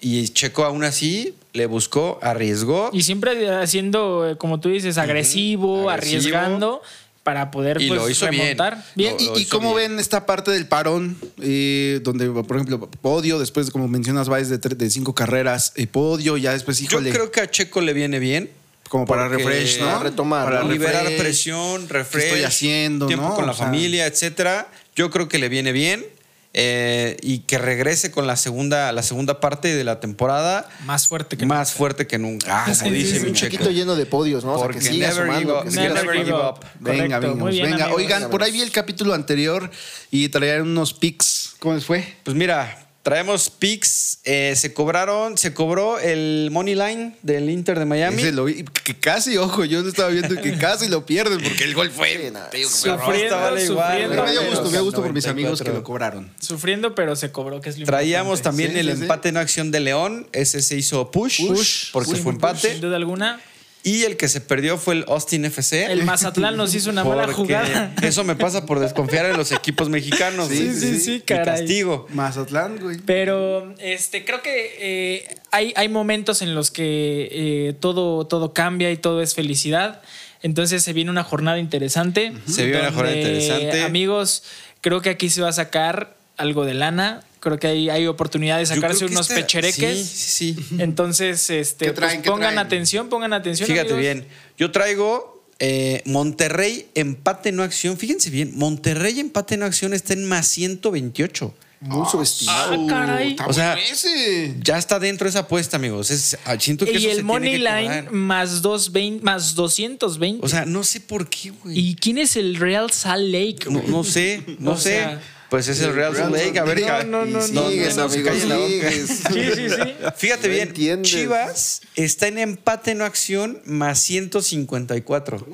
Speaker 2: y Checo aún así le buscó, arriesgó.
Speaker 3: Y siempre haciendo, eh, como tú dices, agresivo,
Speaker 2: agresivo.
Speaker 3: arriesgando para poder
Speaker 2: Y
Speaker 3: pues,
Speaker 2: lo hizo bien.
Speaker 3: remontar.
Speaker 1: Bien,
Speaker 2: Lo- lo
Speaker 1: ¿y, y
Speaker 2: hizo
Speaker 1: cómo
Speaker 2: bien.
Speaker 1: ven esta parte del parón? eh, donde, por ejemplo, podio, después, como mencionas, vais de, tre- de cinco carreras, eh, podio, ya después,
Speaker 2: Yo
Speaker 1: híjole,
Speaker 2: creo que a Checo le viene bien.
Speaker 1: como para
Speaker 2: porque-
Speaker 1: refresh, ¿no?
Speaker 4: Para retomar,
Speaker 1: Para
Speaker 4: ¿no?
Speaker 2: liberar
Speaker 1: refresh,
Speaker 2: presión, refresh.
Speaker 1: ¿Qué estoy haciendo,
Speaker 2: Tiempo
Speaker 1: no?
Speaker 2: con la
Speaker 1: O sea,
Speaker 2: familia, etcétera. Yo creo que le viene bien. eh, y que regrese con la segunda, la segunda parte de la temporada
Speaker 3: Más fuerte que
Speaker 2: más fuerte que nunca. Ah, como dice mi
Speaker 4: un
Speaker 2: Checo.
Speaker 4: chiquito lleno de podios, ¿no? O sea,
Speaker 2: Porque
Speaker 4: que siga
Speaker 2: never
Speaker 4: sumando,
Speaker 2: give up,
Speaker 4: que
Speaker 3: nunca.
Speaker 4: siga
Speaker 2: never
Speaker 4: sumando.
Speaker 2: give up.
Speaker 1: Venga,
Speaker 3: Correcto.
Speaker 1: venga,
Speaker 3: Muy bien,
Speaker 1: venga.
Speaker 3: amigos.
Speaker 1: Oigan, por ahí vi el capítulo anterior y traían unos pics. ¿Cómo les fue?
Speaker 2: Pues mira, traemos picks. eh, se cobraron, se cobró el money line del Inter de Miami.
Speaker 1: Ese lo vi, que casi, ojo, yo lo estaba viendo que casi lo pierden porque el gol fue.
Speaker 4: Sí, nada.
Speaker 1: te digo que fue rojo.
Speaker 3: Sufriendo,
Speaker 2: Estaba igual,
Speaker 1: Pero
Speaker 3: sufriendo,
Speaker 1: me dio
Speaker 3: pero-
Speaker 1: gusto, me dio gusto por mis
Speaker 2: 94.
Speaker 1: amigos que lo cobraron.
Speaker 3: sufriendo, pero se cobró, que es lo
Speaker 2: Traíamos
Speaker 3: importante.
Speaker 2: también
Speaker 1: Sí,
Speaker 2: el
Speaker 1: sí, sí.
Speaker 2: empate en acción de León. Ese se hizo push,
Speaker 1: Push.
Speaker 2: porque
Speaker 3: Sí,
Speaker 2: fue empate.
Speaker 3: Sin duda alguna.
Speaker 2: Y el que se perdió fue el Austin FC.
Speaker 3: El Mazatlán nos hizo una mala
Speaker 2: Porque
Speaker 3: jugada.
Speaker 2: Eso me pasa por desconfiar en los equipos mexicanos.
Speaker 3: Sí, sí, sí,
Speaker 2: Mi
Speaker 3: caray.
Speaker 2: castigo.
Speaker 1: Mazatlán, güey.
Speaker 3: Pero este, creo que eh, hay, hay momentos en los que eh, todo, todo cambia y todo es felicidad. Entonces se viene una jornada interesante.
Speaker 2: Se viene una jornada
Speaker 3: donde,
Speaker 2: interesante.
Speaker 3: Amigos, creo que aquí se va a sacar algo de lana. Creo que hay, hay oportunidad de
Speaker 2: Yo
Speaker 3: sacarse
Speaker 2: creo que
Speaker 3: unos
Speaker 2: esta-
Speaker 3: pechereques.
Speaker 2: Sí, sí, sí.
Speaker 3: Entonces, este,
Speaker 1: ¿Qué traen?
Speaker 3: pues,
Speaker 1: ¿Qué
Speaker 3: pongan
Speaker 1: traen?
Speaker 3: atención, pongan atención.
Speaker 2: Fíjate
Speaker 3: amigos.
Speaker 2: bien. Yo traigo eh, Monterrey empate no acción. Fíjense bien, Monterrey empate no acción está en más 128.
Speaker 4: Muy subestimado.
Speaker 3: Ah, caray.
Speaker 1: Está
Speaker 2: O sea,
Speaker 4: Ah,
Speaker 1: bueno ese.
Speaker 2: Ya está dentro esa apuesta, amigos. Es, ah, siento que eso
Speaker 3: Y
Speaker 2: se
Speaker 3: el
Speaker 2: tiene
Speaker 3: money
Speaker 2: que
Speaker 3: line
Speaker 2: cobrar.
Speaker 3: más, 220, más 220.
Speaker 2: O sea, no sé por qué, güey.
Speaker 3: ¿Y quién es el Real Salt Lake?
Speaker 2: No, no sé, no
Speaker 3: O
Speaker 2: sé.
Speaker 3: sea,
Speaker 2: pues es el Real Salt Lake. A ver,
Speaker 1: No,
Speaker 2: ca-
Speaker 1: no, no,
Speaker 2: y
Speaker 1: no,
Speaker 2: sigues,
Speaker 1: no,
Speaker 2: amigos,
Speaker 1: se calle la boca.
Speaker 2: sigues.
Speaker 3: Sí, sí, sí.
Speaker 2: Fíjate
Speaker 4: No
Speaker 2: bien,
Speaker 4: entiendes.
Speaker 2: Chivas está en empate no acción más 154.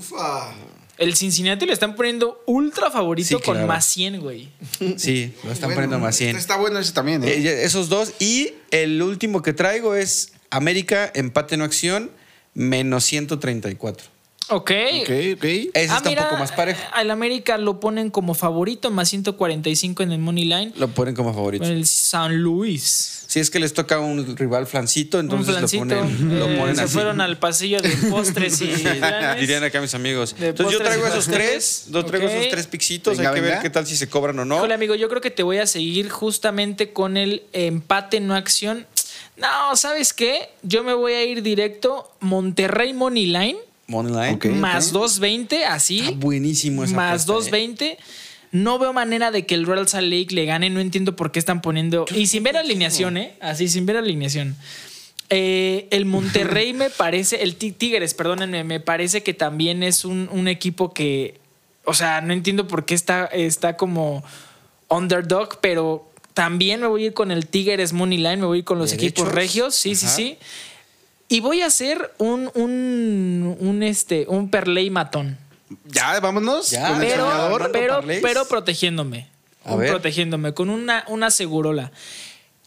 Speaker 3: El Cincinnati le están poniendo ultra favorito
Speaker 2: Sí, claro.
Speaker 3: con más 100, güey.
Speaker 2: Sí, lo están
Speaker 1: Bueno,
Speaker 2: poniendo más 100.
Speaker 1: Está bueno ese también, ¿eh?
Speaker 2: Eh, ya, esos dos. Y el último que traigo es América empate no acción menos 134.
Speaker 3: Ok.
Speaker 1: ok.
Speaker 2: Ese
Speaker 3: Ah,
Speaker 2: está
Speaker 3: mira,
Speaker 2: un poco más parejo.
Speaker 3: Al América lo ponen como favorito, más 145 en el Money Line.
Speaker 2: Lo ponen como favorito.
Speaker 3: El San Luis.
Speaker 2: Si es que les toca un rival flancito,
Speaker 3: Un
Speaker 2: entonces
Speaker 3: flancito.
Speaker 2: lo ponen, lo
Speaker 3: Eh,
Speaker 2: ponen
Speaker 3: se
Speaker 2: así.
Speaker 3: fueron al pasillo de postres y flanes.
Speaker 2: Dirían acá mis amigos.
Speaker 3: De
Speaker 2: Entonces yo
Speaker 3: postres
Speaker 2: traigo
Speaker 3: y
Speaker 2: esos
Speaker 3: pasteles.
Speaker 2: tres, yo traigo
Speaker 3: Ok.
Speaker 2: esos tres pixitos,
Speaker 1: Venga,
Speaker 2: hay que ver
Speaker 1: venga.
Speaker 2: qué tal si se cobran o no.
Speaker 3: Híjole, amigo, yo creo que te voy a seguir justamente con el empate no acción. No, ¿sabes qué? Yo me voy a ir directo Monterrey Money Line
Speaker 2: Moneyline.
Speaker 1: Ok. Ah,
Speaker 3: más 220, así.
Speaker 2: Está buenísimo esa
Speaker 3: Más
Speaker 2: apuesta, ¿eh?
Speaker 3: 220. No veo manera de que el Real Salt Lake le gane. No entiendo por qué están poniendo. Y sin ver alineación, ¿eh? Así, sin ver alineación. Eh, el Monterrey me parece. El Ti- Tigres, perdónenme, me parece que también es un, un equipo que. O sea, no entiendo por qué está, está como underdog, pero también me voy a ir con el Tigres Money Line, me voy a ir con los
Speaker 2: ¿Derechos?
Speaker 3: equipos regios. Sí, sí,
Speaker 2: Ajá.
Speaker 3: sí. Y voy a hacer un, un, un, este, un perley matón
Speaker 1: Ya, vámonos.
Speaker 2: Ya.
Speaker 1: Con el
Speaker 3: pero,
Speaker 1: soñador.
Speaker 2: Armando
Speaker 3: pero,
Speaker 2: Parlés.
Speaker 3: pero protegiéndome.
Speaker 2: A
Speaker 3: Un
Speaker 2: ver.
Speaker 3: Protegiéndome con una, una segurola.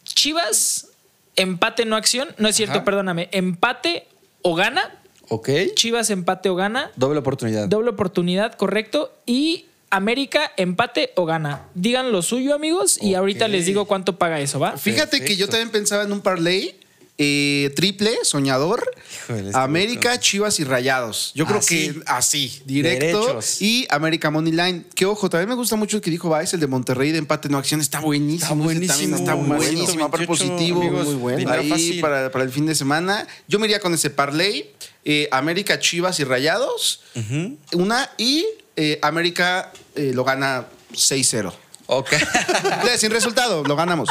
Speaker 3: Chivas, empate no acción. No es cierto,
Speaker 2: Ajá.
Speaker 3: perdóname. Empate o gana.
Speaker 2: Ok.
Speaker 3: Chivas, empate o gana.
Speaker 2: Doble oportunidad.
Speaker 3: Doble oportunidad, correcto. Y América, empate o gana. Digan lo suyo, amigos, y ahorita
Speaker 2: Ok.
Speaker 3: les digo cuánto paga eso, ¿va?
Speaker 1: Fíjate que yo
Speaker 2: Perfecto.
Speaker 1: también pensaba en un parlay eh, triple, soñador,
Speaker 2: Híjole, este
Speaker 1: América,
Speaker 2: loco.
Speaker 1: Chivas y Rayados. Yo creo
Speaker 2: Así.
Speaker 1: que así, directo.
Speaker 2: Derechos.
Speaker 1: Y América Money Line. Que ojo, también me gusta mucho el que dijo Vice, el de Monterrey de empate no acción. Está buenísimo.
Speaker 2: Está
Speaker 1: ese
Speaker 2: buenísimo,
Speaker 1: también Está
Speaker 2: muy bueno.
Speaker 1: buenísimo. Aparte
Speaker 2: 28,
Speaker 1: positivo.
Speaker 2: amigos,
Speaker 1: muy bueno.
Speaker 2: dinero
Speaker 1: Ahí
Speaker 2: fácil.
Speaker 1: para, para el fin de semana. Yo me iría con ese parlay. eh, América, Chivas y Rayados. Una. Y eh, América eh, lo gana 6-0.
Speaker 2: Ok.
Speaker 1: Sin resultado, lo ganamos.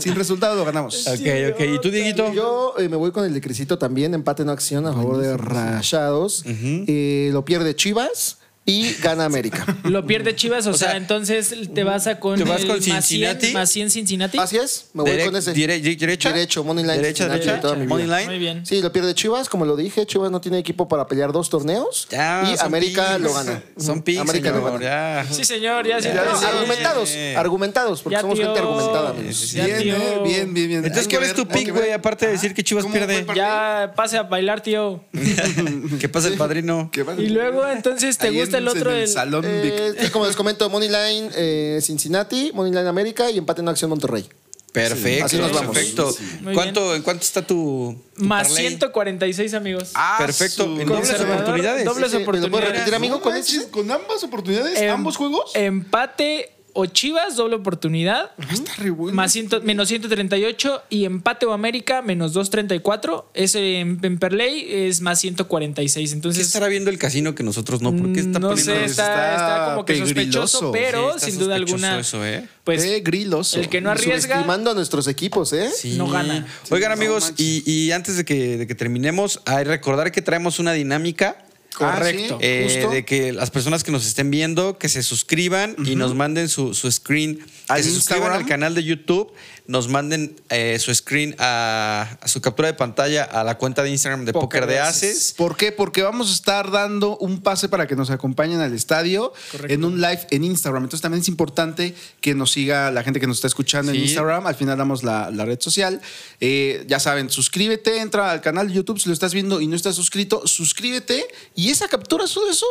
Speaker 1: Sin resultado, lo ganamos.
Speaker 2: ok, ok. ¿Y tú, Dieguito?
Speaker 4: Yo eh, me voy con el de Crisito también, empate no acción a favor de Rayados. Eh, lo pierde Chivas. y gana América.
Speaker 3: Lo pierde Chivas, o, sea,
Speaker 2: sea,
Speaker 3: entonces te vas a con,
Speaker 2: ¿te vas
Speaker 3: el
Speaker 2: con
Speaker 3: más 100,
Speaker 2: Cincinnati?
Speaker 3: más 100 Cincinnati.
Speaker 4: Así es, me voy
Speaker 2: Direct-
Speaker 4: con ese.
Speaker 2: dire- dire- derecha?
Speaker 4: Derecho, money line.
Speaker 2: Derecha,
Speaker 4: Cincinnati,
Speaker 2: derecha,
Speaker 4: toda mi vida.
Speaker 2: money line.
Speaker 3: Muy bien.
Speaker 4: Sí, lo pierde Chivas, como lo dije. Chivas no tiene equipo para pelear dos torneos.
Speaker 2: Ya,
Speaker 4: y
Speaker 2: son
Speaker 4: América
Speaker 2: picks.
Speaker 4: lo gana.
Speaker 2: Son picks,
Speaker 4: América
Speaker 2: señor,
Speaker 4: lo gana.
Speaker 2: ya.
Speaker 3: Sí, señor, ya,
Speaker 4: Ya,
Speaker 3: señor.
Speaker 4: no,
Speaker 3: Sí.
Speaker 4: argumentados, argumentados, porque
Speaker 3: Ya,
Speaker 4: somos
Speaker 3: tío.
Speaker 4: gente argumentada. amigos.
Speaker 3: Sí, sí.
Speaker 1: Bien,
Speaker 3: Ya, tío.
Speaker 1: eh, bien, bien, bien.
Speaker 2: Entonces,
Speaker 1: Hay que
Speaker 2: ¿cuál es
Speaker 1: ver,
Speaker 2: tu
Speaker 1: hay
Speaker 2: pick,
Speaker 1: que
Speaker 2: güey?
Speaker 1: ver.
Speaker 2: Aparte de decir que Chivas
Speaker 1: ¿Cómo fue
Speaker 2: pierde.
Speaker 1: el partido?
Speaker 3: Ya pase a bailar, tío.
Speaker 2: ¿Qué pasa el padrino?
Speaker 1: ¿Qué va?
Speaker 3: Y luego, entonces, ¿te
Speaker 1: Ahí
Speaker 3: gusta
Speaker 1: en-
Speaker 3: el otro?
Speaker 1: En el
Speaker 3: el-
Speaker 1: salón Vic-
Speaker 4: Eh, sí, como les comento, money line eh, Cincinnati, money line América y empate en acción Monterrey.
Speaker 2: Perfecto.
Speaker 4: así nos vamos.
Speaker 2: Perfecto.
Speaker 3: Muy
Speaker 2: ¿Cuánto, ¿En cuánto está tu, tu
Speaker 3: Más
Speaker 2: parlay?
Speaker 3: 146 amigos.
Speaker 1: Ah,
Speaker 2: Perfecto.
Speaker 1: su-
Speaker 2: En dobles
Speaker 3: Conservador,
Speaker 2: oportunidades.
Speaker 3: dobles
Speaker 4: Sí, sí, ¿me lo puedes
Speaker 3: oportunidades.
Speaker 4: repetir, amigo,
Speaker 1: No
Speaker 4: con
Speaker 1: manches,
Speaker 4: ese?
Speaker 1: ¿Con ambas oportunidades?
Speaker 3: Em-
Speaker 1: ¿Ambos juegos?
Speaker 3: Empate o Chivas, doble oportunidad.
Speaker 1: Está re bueno.
Speaker 3: Más ciento- menos 138 y empate o América menos 234. Ese en, en Perley es más 146.
Speaker 2: ¿Qué
Speaker 3: Entonces,
Speaker 2: estará viendo el casino que nosotros no? Porque está
Speaker 3: Mm, no
Speaker 2: poniendo-
Speaker 3: sé, está,
Speaker 1: está
Speaker 3: está como que sospechoso,
Speaker 1: pegriloso.
Speaker 3: pero
Speaker 2: Sí, está
Speaker 3: sin duda
Speaker 2: sospechoso
Speaker 3: alguna.
Speaker 2: eso, ¿eh?
Speaker 3: Pues
Speaker 1: Eh, griloso.
Speaker 3: el que no arriesga.
Speaker 4: Subestimando a nuestros equipos, ¿eh?
Speaker 2: Sí.
Speaker 3: no gana.
Speaker 2: Oigan, amigos, y, y antes de que, de que terminemos, hay recordar que traemos una dinámica.
Speaker 1: Correcto.
Speaker 2: eh,
Speaker 4: justo.
Speaker 2: de que las personas que nos estén viendo, que se suscriban y nos manden su, su screen.
Speaker 1: Al
Speaker 2: que se suscriban
Speaker 1: Instagram.
Speaker 2: al canal de YouTube, nos manden eh, su screen a, a su captura de pantalla a la cuenta de Instagram de Poker, de Ases.
Speaker 1: ¿Por qué? Porque vamos a estar dando un pase para que nos acompañen al estadio en un live en Instagram. Entonces también es importante que nos siga la gente que nos está escuchando en
Speaker 2: Sí.
Speaker 1: Instagram. Al final damos la, la red social. Eh, ya saben, suscríbete, entra al canal de YouTube si lo estás viendo y no estás suscrito, suscríbete y esa captura, solo eso,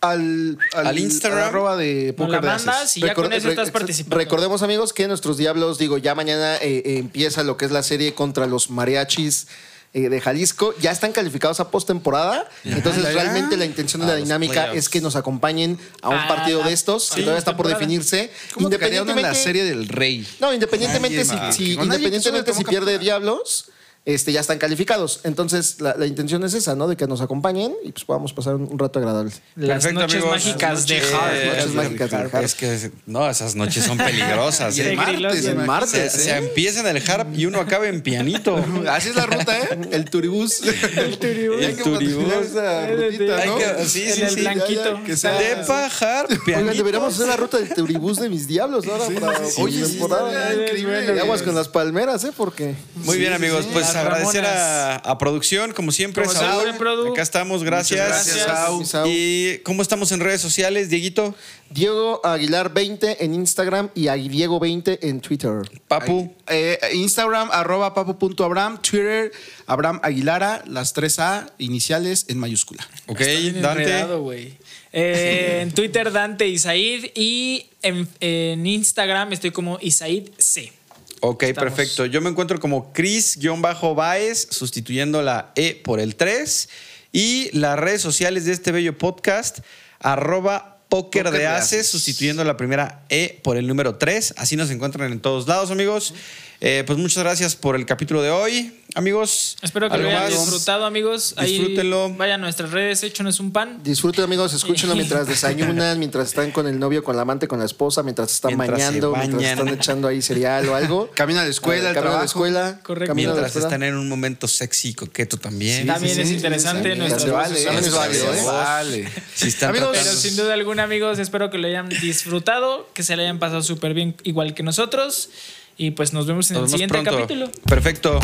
Speaker 1: al,
Speaker 2: Al Instagram.
Speaker 1: al arroba de
Speaker 3: Nos la
Speaker 1: Poker de Ases.
Speaker 3: mandas y ya con
Speaker 4: Recorde-
Speaker 3: eso estás
Speaker 4: re-
Speaker 3: participando.
Speaker 4: Recordemos, amigos, que nuestros diablos, digo, ya mañana eh, eh, empieza lo que es la serie contra los mariachis. eh, de Jalisco, ya están calificados a postemporada. Entonces,
Speaker 2: ya.
Speaker 4: realmente la intención de
Speaker 2: A
Speaker 4: la
Speaker 2: los
Speaker 4: dinámica
Speaker 2: playoffs.
Speaker 4: es que nos acompañen a un
Speaker 3: Ah,
Speaker 4: partido de estos,
Speaker 3: sí,
Speaker 4: que todavía está por
Speaker 3: temporada.
Speaker 4: definirse.
Speaker 1: ¿Cómo te quedaría una en la serie del Rey?
Speaker 4: No, independientemente
Speaker 1: Nadie,
Speaker 4: si,
Speaker 1: ma.
Speaker 4: si-
Speaker 1: Que con nadie
Speaker 4: independientemente
Speaker 1: que sube
Speaker 4: si
Speaker 1: tomó
Speaker 4: pierde
Speaker 1: captura.
Speaker 4: Diablos, este, ya están calificados. Entonces, la, la intención es esa, ¿no? De que nos acompañen y pues podamos pasar un, un rato agradable.
Speaker 3: Las noches mágicas de Hard.
Speaker 4: Las noches mágicas de Harp.
Speaker 2: Es que no, esas noches son peligrosas.
Speaker 1: Y el
Speaker 2: ¿eh?
Speaker 3: Mar-
Speaker 1: martes,
Speaker 3: Griloso.
Speaker 1: el
Speaker 2: Se,
Speaker 1: martes.
Speaker 2: se
Speaker 1: ¿eh?
Speaker 2: empieza en el harp y uno acaba en pianito.
Speaker 1: Así es la ruta, ¿eh? El turibús. El
Speaker 3: turibús.
Speaker 1: Hay que patinar esa
Speaker 3: El turibús.
Speaker 1: rutita,
Speaker 3: Hay
Speaker 1: ¿no?
Speaker 2: que- sí, sí,
Speaker 1: Ya,
Speaker 2: sí.
Speaker 3: blanquito.
Speaker 1: ya, que sea-
Speaker 2: Depa, harp,
Speaker 4: Oigan,
Speaker 2: pianito.
Speaker 4: deberíamos hacer la ruta del turibús de mis diablos ahora para
Speaker 1: sí, sí,
Speaker 4: oye,
Speaker 1: sí,
Speaker 4: temporada.
Speaker 1: estaría increíble.
Speaker 4: Y aguas con las palmeras, ¿eh? Porque
Speaker 2: Muy bien, amigos. Pues
Speaker 3: Las
Speaker 2: agradecer a,
Speaker 3: Ramonas.
Speaker 2: a producción, como siempre.
Speaker 3: Como
Speaker 2: Saúl.
Speaker 3: siempre, produ.
Speaker 2: Acá estamos, gracias.
Speaker 1: Muchas
Speaker 3: gracias,
Speaker 1: Saúl.
Speaker 4: Saúl.
Speaker 2: ¿Y cómo estamos en redes sociales, Dieguito?
Speaker 4: Diego Aguilar 20 en Instagram y Diego 20 en Twitter.
Speaker 2: Papu.
Speaker 1: Eh, Instagram, arroba papo.abram, Twitter, Abraham Aguilara, las tres A iniciales en mayúscula.
Speaker 2: Ok,
Speaker 3: Bien
Speaker 2: Dante.
Speaker 3: enredado, güey. Eh, en Twitter, Dante Isaid. Y en, en Instagram estoy como Isaid C.
Speaker 2: Ok,
Speaker 3: Estamos.
Speaker 2: perfecto. Yo me encuentro como Cris-Baez, sustituyendo la E por el 3. Y las redes sociales de este bello podcast, arroba poker de ases, sustituyendo la primera E por el número 3. Así nos encuentran en todos lados, amigos. Eh, pues muchas gracias por el capítulo de hoy, amigos.
Speaker 3: Espero que lo
Speaker 2: ¿Algo
Speaker 3: hayan
Speaker 2: más?
Speaker 3: disfrutado, amigos. Ahí
Speaker 2: Disfrútenlo.
Speaker 3: Vayan a nuestras redes, échonos un pan.
Speaker 4: Disfruten, amigos, escúchenlo mientras desayunan, mientras están con el novio, con la amante, con la esposa, mientras están
Speaker 2: Mientras se
Speaker 4: bañando, mientras
Speaker 2: bañan.
Speaker 4: están echando ahí cereal o algo. Eh,
Speaker 1: Camina a la escuela, al
Speaker 4: Camino a
Speaker 1: trabajo.
Speaker 4: la escuela.
Speaker 3: Correcto.
Speaker 4: camino a la
Speaker 2: Mientras
Speaker 4: escuela.
Speaker 2: están en un momento sexy y coqueto también.
Speaker 3: También es interesante
Speaker 4: sí,
Speaker 3: nuestras
Speaker 4: se
Speaker 3: redes
Speaker 4: vale,
Speaker 3: sociales.
Speaker 4: se válido, ¿eh?
Speaker 1: Vale.
Speaker 2: Si están
Speaker 1: Amigos,
Speaker 2: tratando-
Speaker 3: Pero sin duda alguna, amigos, espero que lo hayan disfrutado, que se le hayan pasado súper bien, igual que nosotros. Y pues nos vemos en
Speaker 2: Nos vemos
Speaker 3: el siguiente
Speaker 2: pronto.
Speaker 3: capítulo.
Speaker 2: Perfecto.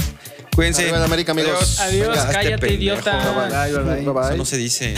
Speaker 2: Cuídense.
Speaker 4: Arriba la América, amigos.
Speaker 3: Adiós,
Speaker 2: Venga, este
Speaker 3: cállate,
Speaker 2: pendejo.
Speaker 3: idiota.
Speaker 4: Bye, bye, bye.
Speaker 2: Eso no se dice.